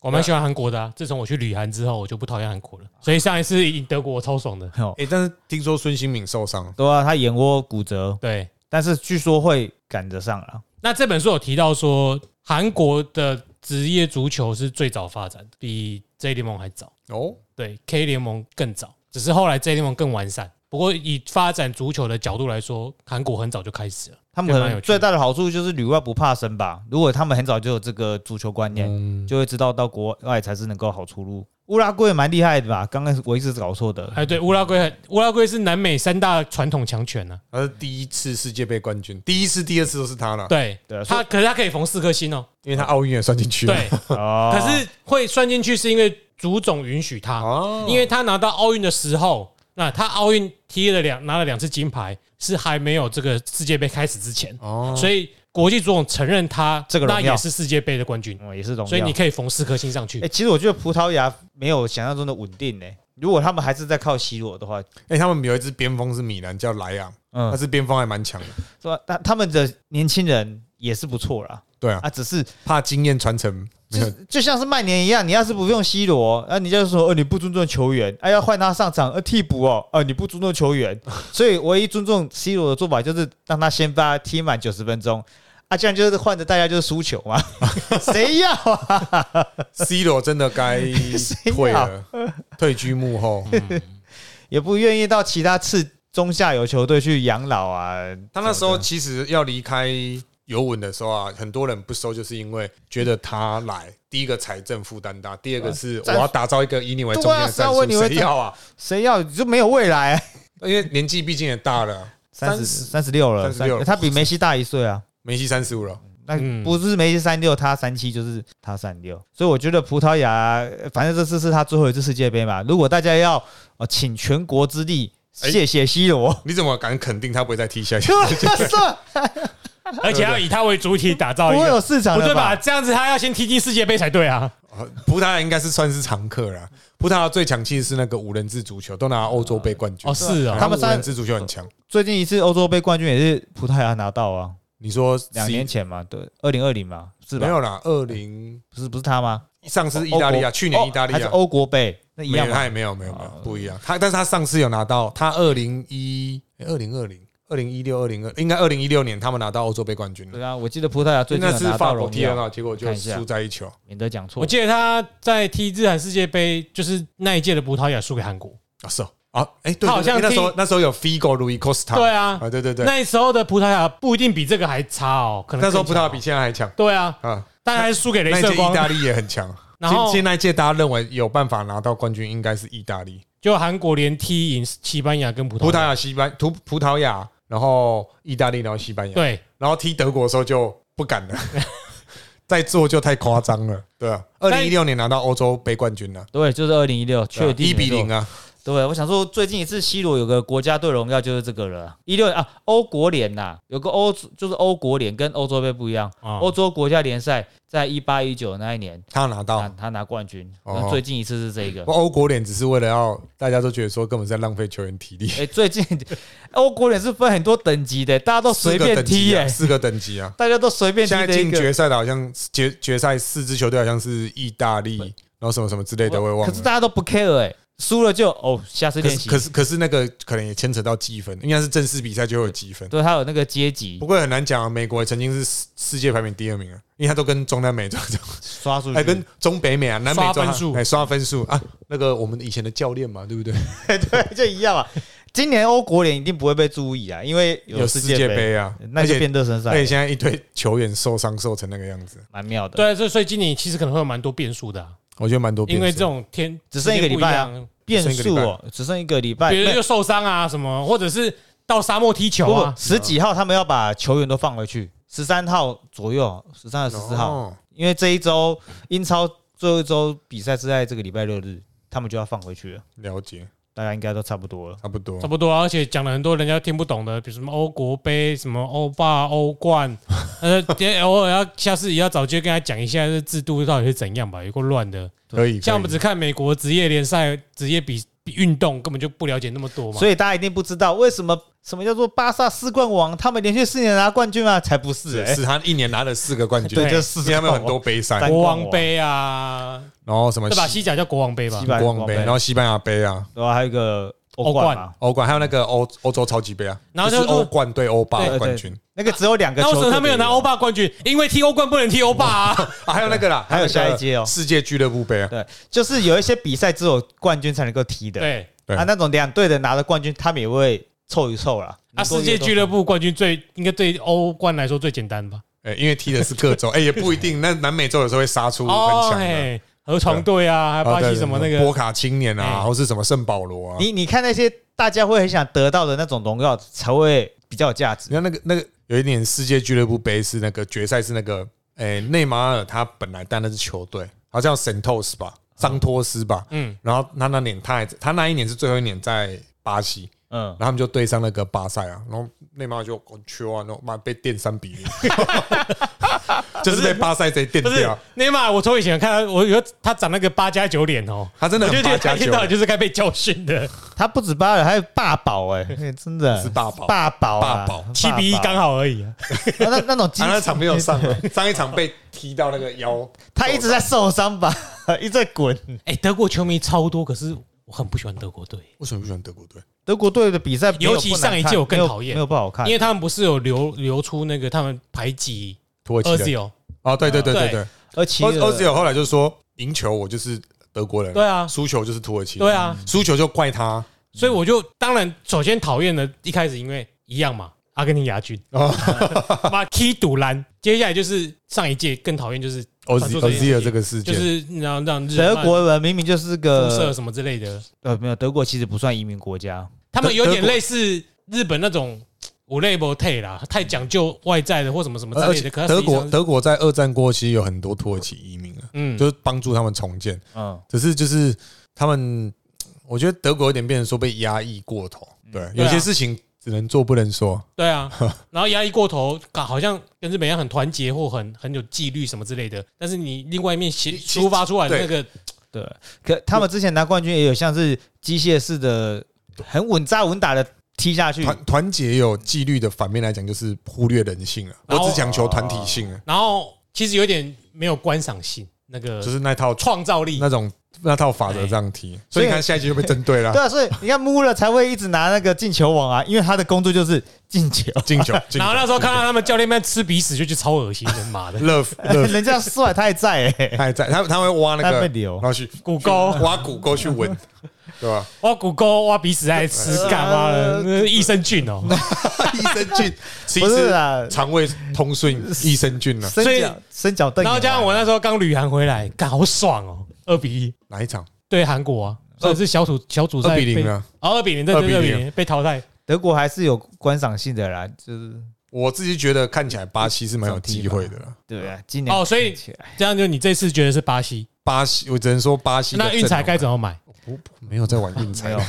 S2: 我蛮喜欢韩国的啊，自从我去旅韩之后，我就不讨厌韩国了，所以上一次赢德国我超爽的，
S3: 哎、但是听说孙兴敏受伤了，
S1: 哦对啊，他眼窝骨折，
S2: 对，
S1: 但是据说会赶得上了。
S2: 那这本书有提到说，韩国的职业足球是最早发展的，比 J 联盟还早。
S3: 哦，
S2: 对 K 联盟更早，只是后来 J 联盟更完善。不过以发展足球的角度来说，韩国很早就开始了。
S1: 他们可
S2: 就蛮有
S1: 能
S2: 趣的
S1: 最大的好处就是旅外不怕生吧。如果他们很早就有这个足球观念，
S3: 嗯，
S1: 就会知道到国外才是能够好出路。乌拉圭也蛮厉害的吧？刚开始我一直搞错 的，
S2: 哎，对，乌拉圭很，乌拉圭是南美三大传统强权啊呢、
S3: 他是第一次世界杯冠军，第一次、第二次都是他了
S2: 啊。，对，
S1: 对啊，所
S2: 他可是他可以缝四颗星哦。
S3: 因为他奥运也算进去了。
S2: 对，
S1: 以哦
S2: 可是会算进去是因为足总允许他，
S3: 哦，
S2: 因为他拿到奥运的时候，那他奥运踢了两拿了两次金牌，是还没有这个世界杯开始之前，
S3: 哦，
S2: 所以国际足总承认他
S1: 这个荣
S2: 那
S1: 耀
S2: 也是世界杯的冠军，
S1: 嗯也是荣耀。
S2: 所以你可以缝四颗星上去
S1: 哎、。其实我觉得葡萄牙没有想象中的稳定呢、如果他们还是在靠 C 罗的话，
S3: 哎，他们有一支边锋是米兰叫莱昂，
S1: 嗯
S3: 他，是边锋还蛮强的。
S1: 是吧？那他们的年轻人也是不错啦，
S3: 对啊，
S1: 啊，只是
S3: 怕经验传承 没
S1: 就
S3: 有
S1: 就像是曼联一样，你要是不用 C 罗，那、啊、你就说，呃，你不尊重球员，哎、啊，要换他上场，呃、替补哦，呃、你不尊重球 员，所以唯一尊重 C 罗的做法就是让他先发踢满九十分钟，啊，这样就是换着大家就是输球嘛， 谁要啊？
S3: C 罗真的该
S1: 谁
S3: 退
S1: 啊
S3: 了，退居幕后。
S1: 也不愿意到其他次中下游球队去养老啊，
S3: 他那时候其实要离开尤文的时候啊，很多人不收，就是因为觉得他来，第一个财政负担大，第二个是我
S1: 战术
S3: 要打造一个以你为中
S1: 对
S3: 心
S1: 啊谁
S3: 的
S1: 要
S3: 战术，
S1: 为你为
S3: 谁
S1: 中
S3: 要啊？
S1: 谁要就没有未来、
S3: 因为年纪毕竟也大了，
S1: 三十三十六了，
S3: 36了
S1: 他比梅西大一岁啊。
S3: 梅西三十五了，
S1: 那
S2: 嗯
S1: 不是梅西三六，他三七就是他三六，所以我觉得葡萄牙，呃反正这次是他最后一次世界杯嘛。如果大家要呃请全国之力
S3: 哎
S1: 谢谢 C 罗，
S3: 你怎么敢肯定他不会再踢下
S1: 啊
S3: 去？
S1: 这
S3: 哎
S2: 而且要以他为主体打哦造一
S1: 不会有
S2: 个，
S1: 市场
S2: 不
S1: 了
S2: 对吧？？这样子他要先踢进世界杯才对啊！
S3: 啊 葡萄牙应该是算是常客啦。葡萄牙最强其实是那个五人制足球，都拿欧洲杯冠军
S2: 哦，。是啊，
S1: 他们
S3: 五
S1: 三
S3: 人制足球很强。
S1: 最近一次欧洲杯冠军也是葡萄牙拿到啊，
S3: 你说
S1: 两年前嘛，对，二零二零嘛，是
S3: 没
S1: 吧？
S3: 有啦，二零
S1: 不是不是他吗？
S3: 上次意大利
S1: 欧
S3: 啊，
S1: 国
S3: 去年意大利
S1: 哦哦还是
S3: 啊，
S1: 欧国杯，那一
S3: 没有
S1: 样
S3: 他
S1: 嘛？
S3: 也没有没有没有
S1: 哦
S3: 不一样。他但是他上次有拿到，他二零一二零二零二零一六二零二应该二零一六年他们拿到欧洲杯冠军了。
S1: 对啊，我记得葡萄牙最近
S3: 那
S1: 有
S3: 次
S1: 拿
S3: 法
S1: 到
S3: 国
S1: 荣
S3: 踢得很啊
S1: 耀，
S3: 好，结果就
S1: 看一下
S3: 输在一球。
S1: 免得讲错
S2: 我。记得他在踢日韩世界杯，就是那一届的葡萄牙输给韩国。
S3: 啊，是哦，啊，哎，对，
S2: 他好像
S3: 对对那时候
S2: 踢
S3: 那时候有 Figo、Luis Costa，
S2: 对啊，
S3: 啊，对对对，
S2: 那时候的葡萄牙不一定比这个还差哦，可能
S3: 那时候葡
S2: 更强
S3: 萄
S2: 哦
S3: 牙比现在还强
S2: 对啊，
S3: 啊。
S2: 但还是输给
S3: 那
S2: 镭
S3: 一届
S2: 射
S3: 意
S2: 光。
S3: 大利也很强，
S2: 然后
S3: 现现那一届大家认为有办法拿到冠军，应该是意大利、
S2: 就韩国连踢赢西班牙跟葡萄
S3: 葡萄
S2: 牙，
S3: 牙、西班葡葡萄牙，然后意大利，然后西班牙，
S2: 对，
S3: 然后踢德国的时候就不敢 了，再做就太夸张了，对啊。二
S2: 但
S3: 零一六年拿到欧洲杯冠军了，
S1: 对，就是二零一六，确定
S3: 一比
S1: 没错
S3: 零啊，
S1: 对，我想说，最近一次 C 罗有个国家队荣耀就是这个了，一六啊，欧国联呐、有个欧就是欧国联跟欧洲杯不一样，
S2: 哦
S1: 欧洲国家联赛在一八一九那一年，
S3: 他拿
S1: 他
S3: 到。
S1: 他拿冠军，
S3: 哦
S1: 那最近一次是这个。
S3: 欧国联只是为了要大家都觉得说根本是在浪费球员体力，
S1: 哎、最近欧国联是分很多等级的，大家都随便踢
S3: 四个等级
S1: 哎、
S3: 啊四个等级啊，
S1: 大家都随便踢
S3: 现在
S1: 的一
S3: 进
S1: 个。
S3: 决赛的好像决决赛四支球队好像是意大利，然后什么什么之类的，我也忘
S1: 可是
S3: 了。
S1: 大家都不 care 哎、输了就哦，下次
S3: 可
S1: 练
S3: 是
S1: 习。
S3: 可是可是那个可能也牵扯到积分，应该是正式比赛就会有积分。
S1: 对，他有那个阶级
S3: 不过很难讲啊，美国也曾经是世世界排名第二名啊，因为他都跟中南美洲这样，
S1: 刷出去，
S3: 还跟中北美啊、南美
S2: 刷
S3: 洲啊
S2: 分数
S3: 哎刷分数啊，那个我们以前的教练嘛，对不对？
S1: 对 就一样嘛。今年欧国联一定不会被注意啊，因为
S3: 有
S1: 世
S3: 世
S1: 界
S3: 界
S1: 杯。
S3: 杯啊，
S1: 那
S3: 而
S1: 就
S3: 且
S1: 变热身
S3: 而且
S1: 赛，
S3: 现在一堆球员受伤受成那个样子，
S1: 蛮妙的。，
S2: 对，所以所以今年其实可能会有蛮多变数的啊，
S3: 我觉得蛮多变
S2: 因
S3: 数。
S2: 为这种天
S1: 只剩一个礼拜啊
S2: 时间
S1: 变数哦，只剩一个礼
S2: 不
S1: 拜
S2: 一样，别。人
S1: 没
S2: 就受伤啊什么，或者是到沙漠踢球
S1: 不
S2: 啊，
S1: 十几号他们要把球员都放回去，十三号左右，十三和十四号，
S3: 哦
S1: 因为这一周英超最后一周比赛是在这个礼拜六日，他们就要放回去了。
S3: 了解，
S1: 大家应该都差不多了。
S3: 差不多
S2: 差。不多啊、而且讲了很多人家听不懂的，比如什么欧国杯、什么欧霸、欧冠， 呃，偶尔要下次也要找机会跟他讲一下这制度到底是怎样吧，有够乱的。
S3: 可以，
S2: 像我
S3: 可
S2: 们
S3: 以
S2: 只看美国职业联赛、职业比比运动，根本就不了解那么多嘛。
S1: 所以大家一定不知道为什么什么叫做巴萨四冠王，他们连续四年拿冠军啊，才不是
S3: 是
S1: 哎、
S3: 是他一年拿了四个冠军，
S2: 对
S1: 就四
S3: 因为他们有很多杯赛，
S1: 三
S2: 国王杯啊，
S3: 然后什么
S2: 对吧？
S3: 西
S2: 西甲叫国王杯吧
S1: 西？班牙
S3: 国王杯，然后西班牙杯啊，
S1: 然后还有一个欧冠嘛，
S3: 欧冠还有那个欧欧洲超级杯啊，
S2: 然后
S3: 就
S2: 就是
S3: 欧冠对欧霸
S2: 对
S1: 对
S3: 冠军
S1: 那个只有两个
S2: 那
S1: 球
S2: 为
S1: 队的
S2: 什么
S1: 人。
S2: 他没有拿欧霸冠军？因为踢欧冠不能踢欧霸啊！
S3: 啊，还有那个啦，
S1: 还有
S3: 那个
S1: 下一届哦
S3: 世界俱乐部杯啊，
S1: 对，就是有一些比赛只有冠军才能够踢的。
S2: 对，
S3: 对
S1: 啊，那种两队的拿了冠军，他们也会凑一凑啦。
S2: 啊，世界俱乐部冠军最应该对欧冠来说最简单吧？
S3: 哎，因为踢的是各州，哎，也不一定，那南美洲有时候会杀出哦很强的。
S2: 哎，河床队啊，还有巴
S3: 啊对
S2: 西什么那
S3: 波
S2: 个，
S3: 卡青年啊，
S2: 哎
S3: 或是什么圣保罗啊，
S1: 你你看那些大家会很想得到的那种荣耀，才会比较有价值。
S3: 你看那个那个有一年世界俱乐部杯是那个决赛是那个，诶、内马尔他本来带那支球队，好像 Santos 吧，桑托斯吧，
S2: 嗯，
S3: 然后他那年他还他那一年是最后一年在巴西，
S1: 嗯
S3: 然，后他们就对上那个巴塞啊，然后内马尔就我去啊，然后妈被电三比零， 就是被巴塞贼电
S2: 不是
S3: 掉，
S2: 内马尔，我从以前看他，我觉得他长那个八加九脸哦，
S3: 他真的
S2: 我就
S3: 很
S2: 觉得
S3: 八加
S2: 他一天
S3: 九
S2: 到，晚就是该被教训 的。
S1: 他不止巴尔，还有霸宝哎、 欸，真的
S3: 是霸宝
S1: 霸宝啊，
S3: 霸宝
S2: 七比一刚
S1: 好。
S2: 好而已、啊，
S1: 啊那那种精
S3: 他那
S1: 神
S3: 场没有上，上一场被踢到那个腰，
S1: 他一直在受伤吧， 一直在滚。
S2: 哎、德国球迷超多，可是我很不喜欢德国队，
S3: 为什么不喜欢德国队？
S1: 德国队的比赛没有
S2: 尤其
S1: 不难
S2: 上一
S1: 看
S2: 届我更
S1: 没有
S2: 讨厌
S1: 没有不好看
S2: 因。为他们不是有流流出那个他们排挤
S3: 土耳
S2: 二
S3: 其
S2: 十
S3: 人
S2: 有，
S3: 哦，对对对对
S2: 对
S3: 对。
S1: 而且
S3: 欧欧子友后来就说，赢球我就是德国人，
S2: 对啊
S3: 输球就是土耳其，
S2: 对，啊，
S3: 输球就怪他，
S2: 所以我就当然首先讨厌的，一开始因为一样嘛，阿根廷亚军，
S3: 哦
S2: 妈踢赌篮，接下来就是上一届更讨厌就是
S3: 欧
S2: 反
S3: 子
S2: 正
S3: 欧
S2: 就是
S3: 子友这个事
S2: 就
S3: 件，
S2: 是让让日
S1: 德国人明明就是
S2: 辐射
S1: 个
S2: 什么之类的，
S1: 呃没有德国其实不算移民国家，
S2: 他们有
S3: 德
S2: 点
S3: 国
S2: 类似日本那种。五类不退啦，太讲究外在的或什么什么之
S3: 呃而
S2: 类
S3: 且
S2: 的。可是
S3: 德
S2: 实际
S3: 国
S2: 上是
S3: 德国在二战过后其实有很多土耳其移民了，
S2: 嗯
S3: 就是帮助他们重建，
S1: 嗯，
S3: 只是就是他们，我觉得德国有点变成说被压抑过头，
S2: 嗯
S3: 对，
S2: 啊
S3: 有些事情只能做不能说，
S2: 对啊，然后压抑过头，搞好像跟日本一样很团结或很很有纪律什么之类的，但是你另外一面写
S3: 其其
S2: 抒发出来的
S3: 对
S2: 那个，
S1: 对，可他们之前拿冠军也有像是机械式的，很稳扎稳打的踢
S2: 嗯
S1: 下去。
S3: 团团结有纪律的反面来讲就是忽略人性了，我
S2: 然后
S3: 只讲求团体性了，
S2: 然后其实有点没有观赏性，那个
S3: 就是那套
S2: 创造力
S3: 那种那套法则这样踢，
S2: 哎
S3: 所以你看下一局就被针 对了
S1: 对。啊，所以你看穆勒才会一直拿那个进球王啊，因为他的工作就是进球。
S3: 进球，进球，
S2: 然后那时候看到他们教练们吃鼻屎，就觉得超恶心的，妈的
S3: 乐乐
S1: 人家帅，他还在 欸
S3: 还在，他他会挖那
S1: 他
S3: 个
S1: 被，留
S3: 然后去
S2: 骨沟
S3: 挖骨沟去 闻，对吧？
S2: 挖骨沟挖鼻屎还吃
S1: 呃
S2: 干嘛了？那是益生菌哦，
S3: 益生菌其
S1: 不是
S3: 实
S1: 啊，
S3: 肠胃通顺益生菌啊呢？
S1: 伸
S2: 所以
S1: 脚伸脚啊蹬。
S2: 然后加上我，那时候刚旅韩回来，干好爽哦，二比一
S3: 哪一场？
S2: 对韩国啊，这是小组小组赛
S3: 二比零
S2: 啊，
S3: 啊！
S2: 哦二比零对对对二比零被淘汰。
S1: 德国还是有观赏性的啦，就是
S3: 我自己觉得看起来巴西是蛮有机会的啦。
S1: 对啊，今年
S2: 哦所以
S1: 看起来
S2: 这样就你这次觉得是巴西，
S3: 巴西，我只能说巴西的
S2: 那运彩
S3: 阵
S2: 该怎么买？
S3: 容不不没有在玩运
S1: 没
S3: 彩啊
S1: 有，。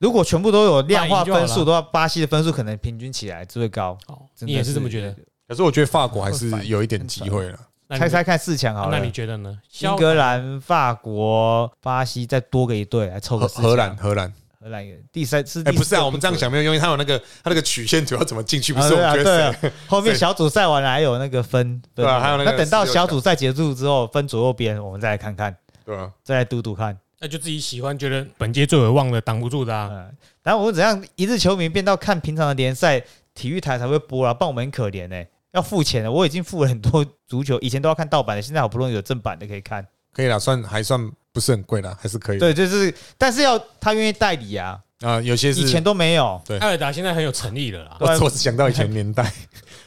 S1: 如果全部都有量化
S2: 那赢就好
S1: 分
S2: 了
S1: 数的话，巴西的分数可能平均起来就会高。
S2: 哦，
S1: 真的
S2: 你也是这么觉得？
S3: 可是我觉得法国还是有一点机会了。
S2: 那你
S1: 猜猜看四强好了，
S2: 那你觉得呢？
S1: 英格兰、法国、巴西再多个一队来凑
S3: 荷
S1: 个四强
S3: 荷兰，，荷兰，
S1: 荷兰也第三是
S3: 哎，
S1: 第
S3: 不是啊，
S1: 四
S3: 我们这样想没有用，因为他有那个他那个曲线图要怎么进去，不
S1: 啊
S3: 是我
S1: 对啊
S3: 们觉
S1: 对
S3: 得
S1: 啊
S3: 谁，
S1: 后面
S3: 谁
S1: 小组赛完了还有那个分，
S3: 对啊还有那个
S1: 等到
S3: 16
S1: 小组赛结束之后分左右边，我们再来看看，
S3: 对啊吧？
S1: 再来赌赌看。
S2: 那就自己喜欢，觉得本届最为望的，挡不住的啊。
S1: 嗯，然后我们怎样一日球迷变到看平常的联赛，体育台才会播啊，不然我们很可怜呢、要付钱的。我已经付了很多足球，以前都要看盗版的，现在好不容易有正版的可以看。
S3: 可以啦，算还算不是很贵啦，还是可以的。
S1: 对，就是，但是要他愿意代理啊，
S3: 啊，有些是
S1: 以前都没有。
S3: 对
S2: 艾尔达现在很有诚意了啦，
S1: 对啊
S3: 我我只想到以前年代，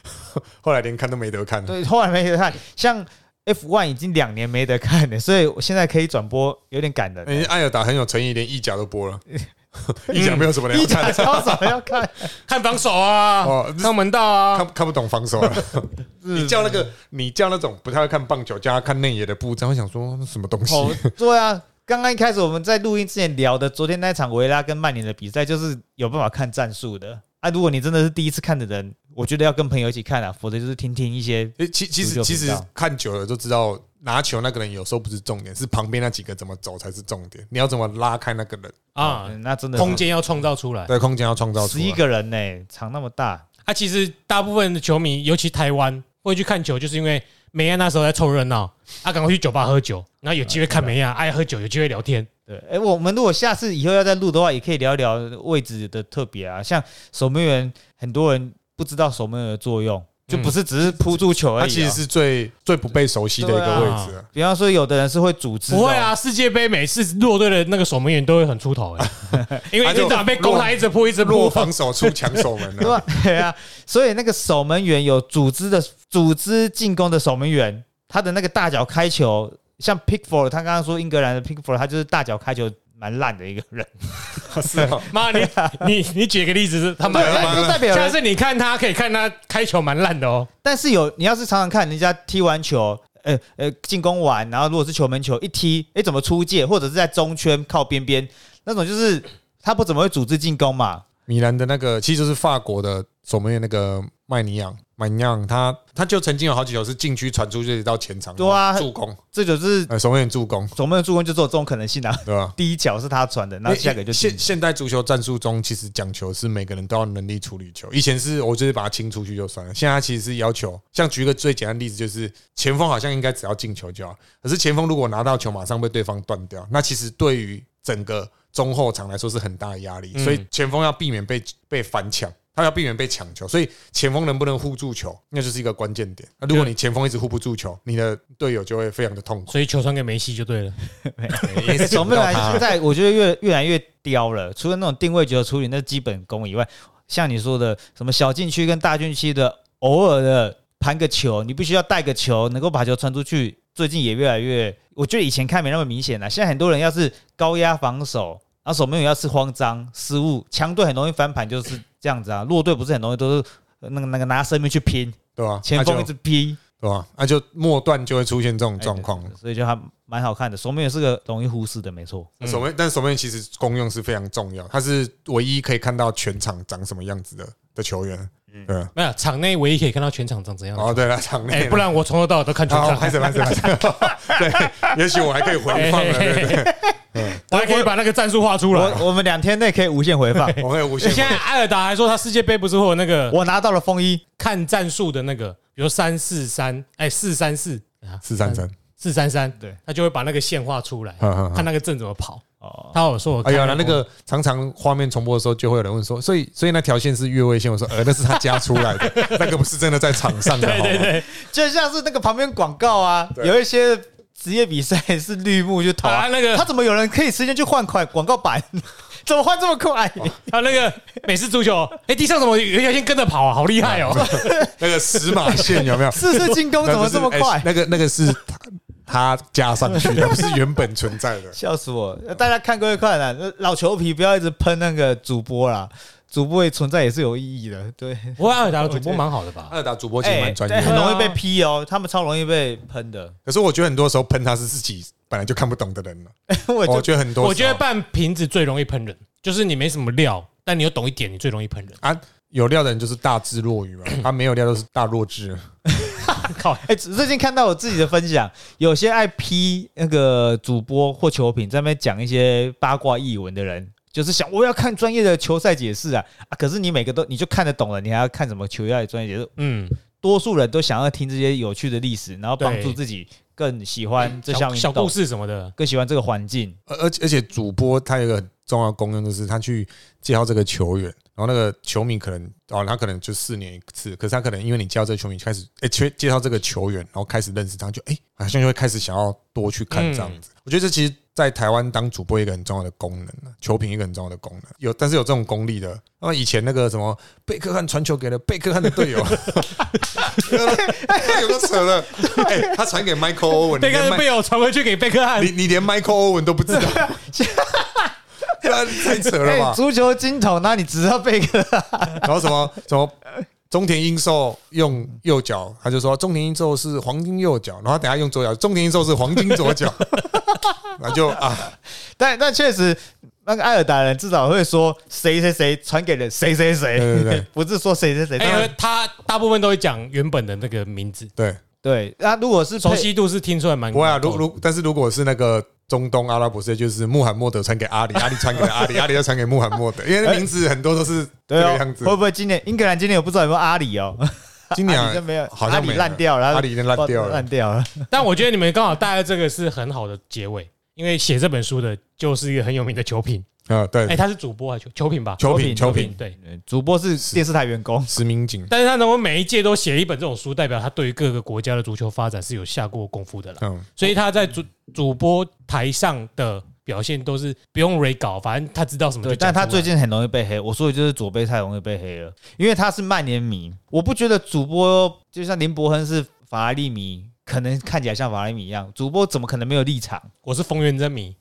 S3: 后来连看都没得 看了。
S1: 对，后来没得看，像 F One 已经两年没得看了，所以我现在可以转播，有点感人。
S3: 哎，艾尔达很有诚意，连意甲都播了， 意甲没有什么人
S1: 嗯一
S3: 要
S1: 甲
S3: 看，
S1: 超少要看，
S2: 看防守啊
S3: 哦，
S2: 看门道啊
S3: 看，看不懂防守 了。
S1: 嗯
S3: 你叫那个，你叫那种不太会看棒球，叫他看内野的步骤，我想说那什么东西？
S1: 哦，对啊。刚刚一开始我们在录音之前聊的，昨天那场维拉跟曼联的比赛，就是有办法看战术的啊。如果你真的是第一次看的人，我觉得要跟朋友一起看啊，否则就是听听一些。
S3: 诶其其
S1: 足球
S3: 实
S1: 频
S3: 其
S1: 道
S3: 实看久了就知道，拿球那个人有时候不是重点，是旁边那几个怎么走才是重点。你要怎么拉开那个人，
S2: 啊，
S1: 嗯那真的
S2: 空间要创造出来。
S3: 对空间要创造出
S1: 十一
S3: 来。
S1: 个人呢、场那么大，
S2: 啊，其实大部分的球迷，尤其台湾会去看球，就是因为梅亚那时候在凑热闹，啊，赶快去酒吧喝酒，然后有机会看梅
S3: 嗯
S2: 亚，爱喝酒，有机会聊天。
S1: 对，哎、我们如果下次以后要再录的话，也可以聊一聊位置的特别啊，像守门员，很多人不知道守门员的作用，就不是只是扑住球而已、
S3: 嗯他
S1: 啊。
S3: 其实是最最不被熟悉的一个位置啊。
S1: 比方说，有的人是会组
S3: 哦
S1: 织、
S2: 不会，啊，世界杯每次弱队的那个守门员都会很出头 哎、因为
S3: 啊他就
S2: 队长被攻，他一直扑，一直
S1: 啊
S3: 弱
S2: 扑。
S3: 防守出强守门
S1: 对
S3: 啊，
S1: 吧？ 对啊，所以那个守门员有组织的组织进攻的守门员，他的那个大脚开球，像 Pickford，他刚刚说英格兰的 Pickford，他就是大脚开球蛮烂的一个人，
S3: 是啊，
S2: 妈，你你你举个例子是他们，
S3: 对啊蛮 烂
S1: 就代表
S2: 下次你看他可以看他开球蛮烂的哦。
S1: 但是有你要是常常看人家踢完球，呃呃进攻完，然后如果是球门球一踢，诶，怎么出界，或者是在中圈靠边边那种，就是他不怎么会组织进攻嘛。
S3: 米兰的那个其实就是法国的守门员那个麦尼昂，麦尼昂他他就曾经有好几球是禁区传出去到前场，
S1: 对啊
S3: 然后助攻，
S1: 这就是
S3: 呃，守门员助攻，
S1: 总不能助攻就做这种可能性啊。
S3: 对吧？
S1: 第一脚是他传的，然后下一个就进
S3: 现。现代足球战术中，其实讲求是每个人都要能力处理球。以前是我就是把它清出去就算了，现在它其实是要求，像举一个最简单的例子，就是前锋好像应该只要进球就好，可是前锋如果拿到球马上被对方断掉，那其实对于整个中后场来说是很大的压力，
S2: 嗯
S3: 所以前锋要避免被被反抢。他要避免被抢球，所以前锋能不能护住球，那就是一个关键点。那如果你前锋一直护不住球，你的队友就会非常的痛苦。
S2: 所以球传给梅西就对了。
S3: 也是
S1: 总
S3: 抢不
S1: 不
S3: 到
S1: 能
S3: 他
S1: 现在我觉得越越来越刁了，除了那种定位球的处理那基本功以外，像你说的什么小禁区跟大禁区的偶尔的盘个球，你必须要带个球能够把球传出去。最近也越来越，我觉得以前看没那么明显了，现在很多人要是高压防守，然后守门员要是慌张失误，强队很容易翻盘，就是这样子啊。弱队不是很容易都是呃那个那个拿生命去拼，
S3: 对吧、
S1: 前锋
S3: 那
S1: 一
S3: 就
S1: 直拼，
S3: 对吧、那就末段就会出现这种
S1: 哎
S3: 状况。
S1: 对所以就还蛮好看的。守门员是个容易忽视的，没错。
S2: 嗯
S3: 守门，但守门员其实功用是非常重要，他是唯一可以看到全场长什么样子的的球员。对，
S2: 没有场内唯一可以看到全场长怎样的。
S3: 哦，对了，场
S2: 哎、
S3: 内
S2: 不然我从头到尾都看全
S3: 好，
S2: 场，
S3: 拍手拍手拍手， 对，也许我还可以回放了，
S2: 哎
S3: 对对嗯
S2: 我还可以把那个战术画出来。
S1: 我我们两天内可以无限回放。
S3: 对，我会无限
S2: 现在埃尔达还说他世界杯不是会有那 个
S1: 我拿到了风衣，
S2: 看战术的那个，比如三四三，哎，四三四啊，
S3: 四三三，
S2: 四三三，
S1: 对，
S2: 他就会把那个线画出来，
S3: 哈哈
S2: 看那个阵怎么跑。
S1: 哦，
S2: 他有说我
S3: 哎
S2: 看
S3: 呀，那那个常常画面重播的时候，就会有人问说，所以所以那条线是越位线，我说呃，那是他加出来 的，那个不是真的在场上的，
S2: 对对
S3: 好吗，
S2: 对，
S1: 就像是那个旁边广告啊，
S3: 对
S1: 有一些职业比赛是绿幕就投、
S2: 他
S1: 啊，
S2: 那个
S1: 他怎么有人可以时间去换款广告版？ 怎么换这么快？
S2: 他那个美式足球，哎，地上怎么有一条线跟着跑啊，好厉害哦！
S3: 那个十码线有没有？
S1: 四次 进攻怎么这么
S3: 那就是哎
S1: 快？
S3: 那个那个是他他加上去的， 不是原本存在的。
S1: 笑死我！大家看归看啦，老球皮不要一直喷那个主播啦，主播的存在也是有意义的。对，
S2: 不过埃尔达的主播蛮好的吧？
S3: 二打主播其实蛮专业
S1: 哎很
S3: 的，
S1: 容易被批哦，他们超容易被喷的。
S3: 可是我觉得很多时候喷他是自己本来就看不懂的人了。
S1: 我就
S3: 我觉得很多时候，
S2: 我觉得半瓶子最容易喷人，就是你没什么料，但你又懂一点，你最容易喷人。
S3: 啊，有料的人就是大智若 愚嘛，他没有料就是大弱智。
S2: 靠，
S1: 哎、最近看到我自己的分享，有些爱批那个主播或球评在那边讲一些八卦译文的人，就是想我要看专业的球赛解释啊啊！可是你每个都你就看得懂了，你还要看什么球赛专业解释？
S2: 嗯，
S1: 多数人都想要听这些有趣的历史，然后帮
S2: 对
S1: 助自己更喜欢这项
S2: 小
S1: 运
S2: 小故
S1: 动，
S2: 事什么的，
S1: 更喜欢这个环境。
S3: 而而且而且主播他有一个很重要的功用，就是他去介绍这个球员，然后那个球迷可能哦，他可能就四年一次，可是他可能因为你介绍这个球迷开始，哎、介介绍这个球员，然后开始认识他，就哎、好像就会开始想要多去看这样子。
S2: 嗯
S3: 我觉得这其实。在台湾当主播一个很重要的功能啊球评一个很重要的功能，有但是有这种功力的，那以前那个什么贝克汉传球给了贝克汉 的队友， 有个扯的，哎、他传给 Michael Owen，
S2: 贝克汉被我传回去给贝克汉
S3: 你，你连 Michael Owen 都不知道，
S1: 啊
S3: 那太扯了
S1: 哎、
S3: 吧？
S1: 足球金童，那你只知道贝克哎
S3: 然后什么什么中田英寿用右脚，他就说中田英寿是黄金右脚，然后他等下用左脚，中田英寿是黄金左脚， 那就啊，
S1: 但但确实，那个艾尔达人至少会说谁谁谁传给了谁谁谁，
S3: 对对对
S1: 不是说谁谁谁。当
S2: 哎、
S1: 然
S2: 他大部分都会讲原本的那个名字，
S3: 对，
S1: 对，那、如果是
S2: 熟
S1: 配
S2: 悉度是听出来蛮
S3: 不
S2: 高
S3: 会啊。
S2: 的。
S3: 如如但是如果是那个中东阿拉伯世界，就是穆罕默德传给阿里，阿里传给了阿里，阿里又传给穆罕默德，因为名字很多都是这
S1: 对
S3: 个
S1: 哦
S3: 样，子
S1: 会。不会今年英格兰今年我不知道有没有阿里哦？
S3: 今 年
S1: 阿里就没有，
S3: 好
S1: 阿
S3: 像
S1: 里
S3: 没有
S1: 烂掉了，
S3: 阿里已经烂掉了
S1: 烂。掉了。
S2: 但我觉得你们刚好带来这个是很好的结尾，因为写这本书的就是一个很有名的球品，
S3: 啊，
S2: 哎，
S3: 对，
S2: 他是主播还是球球品吧？
S3: 球品球品
S2: 对。
S1: 主播是电视台员工，
S3: 石明景
S2: 但是他能够每一届都写一本这种书，代表他对于各个国家的足球发展是有下过功夫的啦。
S3: 嗯，
S2: 所以他在主主播台上的表现都是不用 re 稿，反正他知道什么就
S1: 对，
S2: 讲出来。
S1: 但他最近很容易被黑。我说的就是左贝太容易被黑了，因为他是曼联迷。我不觉得主播就像林伯亨是法拉利迷，可能看起来像法拉利迷一样，主播怎么可能没有立场？
S2: 我是冯元真迷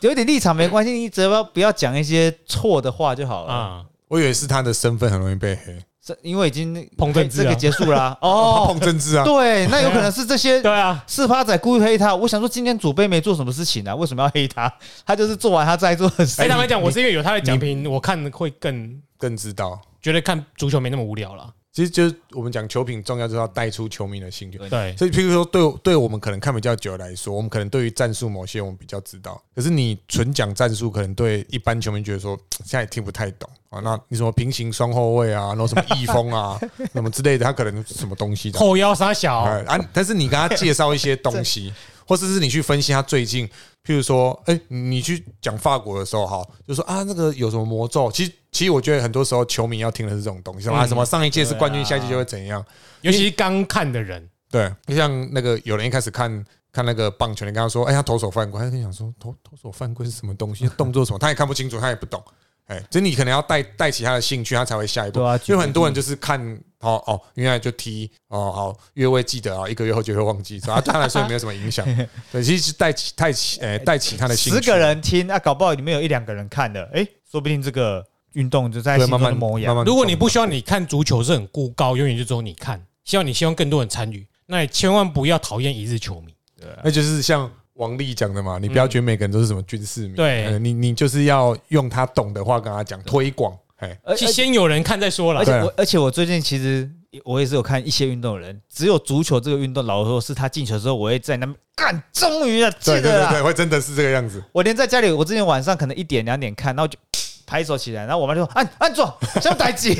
S1: 有一点立场没关系，你只要不要讲一些错的话就好了。
S2: 啊，
S3: 我以为是他的身份很容易被黑，
S1: 是因为已经
S2: 碰政治啊
S1: 这个结束啦、
S3: 他
S1: 哦，
S3: 碰政治啊，
S1: 对，那有可能是这些
S2: 对啊，
S1: 四趴仔故意黑他。我想说，今天祖辈没做什么事情啊，为什么要黑他？ 他就是做完他再做的事。
S2: 哎，坦白讲，我是因为有他的奖评，我看会更
S3: 更知道。
S2: 觉得看足球没那么无聊了。
S3: 其实就是我们讲球品重要，就是要带出球迷的兴趣。
S2: 对，
S3: 所以，譬如说，对对我们可能看比较久来说，我们可能对于战术某些我们比较知道，可是你纯讲战术，可能对一般球迷觉得说现在也听不太懂啊。那你什么平行双后卫啊，然后什么翼锋啊， 什么之类的，他可能什么东西的
S2: 后腰傻小，
S3: 哎啊，但是你跟他介绍一些 东西，或者是你去分析他最近，譬如说，哎、你去讲法国的时候，哈，就说啊，那个有什么魔咒？其实，其实我觉得很多时候球迷要听的是这种东西，什么、啊、
S2: 嗯
S3: 什么上一届是冠军，
S1: 对啊
S3: 下一届就会怎样？
S2: 尤其是刚看的人，
S3: 对，就像那个有人一开始看看那个棒球，你跟他说，哎、他投手犯规，他就想说投投手犯规是什么东西，动作什么，他也看不清楚，他也不懂。哎，所以你可能要带带起他的兴趣，他才会下一步。
S1: 对啊
S3: 因为很多人就是看哦哦，原来就踢哦好越位记得啊，一个月后就会忘记，所以他对他来说也没有什 么影响。对，其实是带起带起哎带起他的兴趣。
S1: 十个人听啊，搞不好里面有一两个人看的，哎、说不定这个运动就在
S3: 对
S1: 心
S3: 慢
S1: 中的
S3: 慢
S1: 萌
S3: 慢
S1: 芽。
S3: 慢，
S2: 如果你不希望你看足球是很孤高，永远就只有你看，希望你希望更多人参与，那你千万不要讨厌一日球迷。
S3: 那就是像王丽讲的嘛，你不要觉得每个人都是什么军事迷，
S2: 对
S3: 呃你你就是要用他懂的话跟他讲推广。哎，
S1: 而
S2: 先先有人看再说了
S1: 而，且
S3: 对啊
S1: 我而且我最近其实我也是有看一些运动的人，只有足球这个运动，老实说是他进球之后，我会在那边干，终于啊，进
S3: 对对
S1: 了
S3: 对
S1: 啊！
S3: 对，会真的是这个样子。
S1: 我连在家里，我之前晚上可能一点两点看，然后就拍手起来，然后我妈就说啊按按住，什么台 机？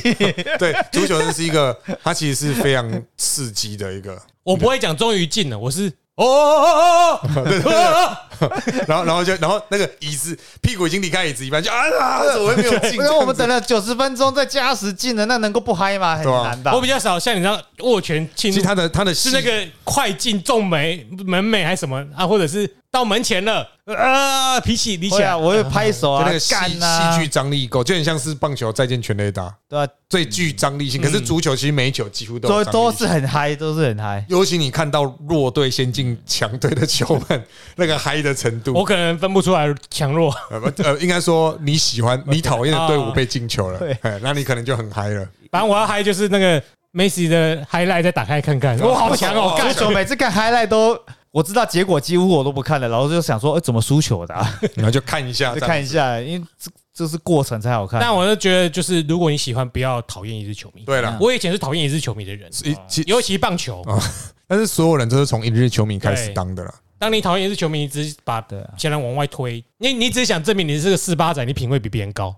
S3: 对，足球这是一个，它其实是非常刺激的一个，
S2: 我不会讲终于进了，我是哦哦哦哦 哦哦，
S3: 然后然后就然后那个椅子屁股已经离开椅子一半，就啊啊，怎么会没有 进？
S1: 然后我们等了九十分钟，再加时进了，那能够不嗨吗？很
S3: 对啊
S1: 难吧？
S2: 我比较少像你这样握拳庆
S3: 其
S2: 祝
S3: 实，他的他的
S2: 是那个快进中梅门楣还是什么啊，或者是到门前了啊，脾气理
S1: 会
S2: 想
S1: 啊，我会拍手
S3: 就
S1: 啊
S3: 那个，戏
S1: 干啊，
S3: 戏剧张力够，就很像是棒球再见全垒打
S1: 对啊，
S3: 最具张力性。
S2: 嗯
S3: 可是足球其实每一球几乎都有
S1: 都都
S3: 啊张力性
S1: 是很嗨，都是很嗨。
S3: 尤其你看到弱队先进强队的球们，那个嗨的程度
S2: 我，可能分不出来强弱。
S3: 呃不呃，应该说你喜欢你讨厌的队伍
S2: 啊
S3: 被进球了
S1: 对，
S3: 哎那你可能就很嗨了。
S2: 反正我要嗨就是那个梅西的 highlight 再打开看看，我好强哦！干
S1: 足球每次看 highlight 都，我知道结果几乎我都不看了，然后就想说，呃，怎么输球的、啊？
S3: 然后就看一 下，
S1: 就
S3: 这样
S1: 看一下，因为这这是过程才好看。
S2: 但我就觉得，就是如果你喜欢，不要讨厌一日球迷。
S3: 对
S1: 嗯
S3: 哦了，
S2: 我以前是讨厌一日球迷的人，
S3: 其其
S2: 尤其棒球。
S3: 但是所有人都是从一日球迷开始当的啦。
S2: 当你讨厌一日球迷，你只是把
S1: 对啊，
S2: 前人往外推，你你只是想证明你是个四八仔，你品味比别人高，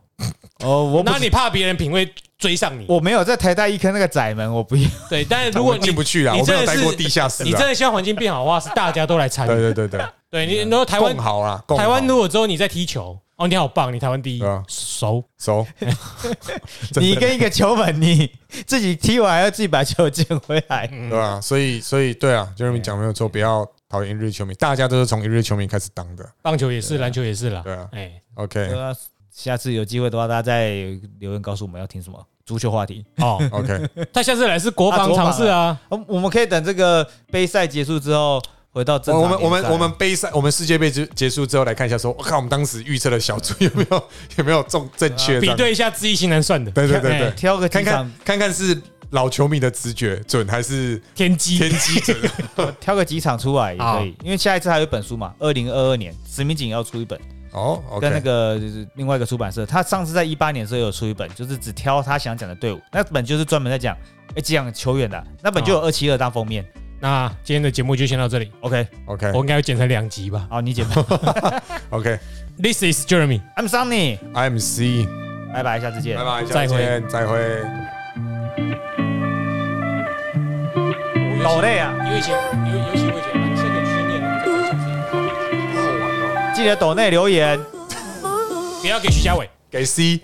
S1: 哦，我不
S2: 那你怕别人品味追上你。
S1: 我没有在台大一科那个窄门，我不要。
S2: 对，但是如果
S3: 我
S2: 你
S3: 进不去啦，
S2: 你
S3: 我没
S2: 真的
S3: 有待
S2: 是
S3: 过地下室
S2: 你真
S3: 啊。
S2: 的希望环境变好的话，是大家都来参
S3: 对
S2: 与。
S3: 对对对，
S2: 对你，然后台湾
S3: 共好啦，共好
S2: 台湾 如果之后你在踢球，哦，你好棒，你台湾第一
S3: 对啊，
S2: 熟。
S3: 熟， 真的
S1: 你跟一个球门，你自己踢完还要自己把球捡回来。
S3: 对吧？所以所以对啊，就是你讲没有错，不要讨厌一日球迷，大家都是从一日球迷开始当的。
S2: 棒球也是，篮球也是啦。
S3: 对啊
S2: 哎，
S1: 对
S3: OK
S1: 啊，下次有机会的话，大家再留言告诉我们要听什么足球话题。
S2: 哦，
S3: OK，
S2: 他下次来是国
S1: 啊
S2: 防
S1: 国
S2: 尝
S1: 防
S2: 试啊，
S1: 哦我们可以等这个杯赛结束之后，回到正
S3: 我
S1: 常
S3: 我们我
S1: 联赛啊
S2: 啊
S3: 们我们杯赛，我们世界杯结结束之后来看一下，说我看我们当时预测的小组 有没有有没有中正确？
S2: 啊比，对一下知易行难算的。
S3: 对对对
S2: 哎
S3: 对，
S1: 挑个几
S3: 看
S1: 场
S3: 看，看看是老球迷的直觉准还是
S2: 天机
S3: 天机准？
S1: 挑个几场出来也可以，因为下一次还有一本书嘛，二零二二年史明景要出一本。
S3: 哦，OK，
S1: 跟那个就是另外一个出版社，他上次在一八年的时候有出一本，就是只挑他想讲的队伍，那本就是专门在讲哎讲球员的，那本就有二七二当封面。
S2: 那今天的节目就先到这里，
S1: OK，
S3: OK
S2: 我应该要剪成两集吧。
S1: 好，你姐 吧
S3: OK，I'm
S2: This is Jeremy。
S1: ，I'm Sunny，
S3: C，
S1: 拜拜，下次见
S3: 拜。拜，
S2: 再
S3: 再
S2: 会
S3: 见，再会。
S2: 有一些
S1: 老累啊！
S2: 有一些有有一些会觉得这个缺念的这个东西，
S1: 记得抖内留言。
S2: 不要给徐家伟。
S3: 给 C，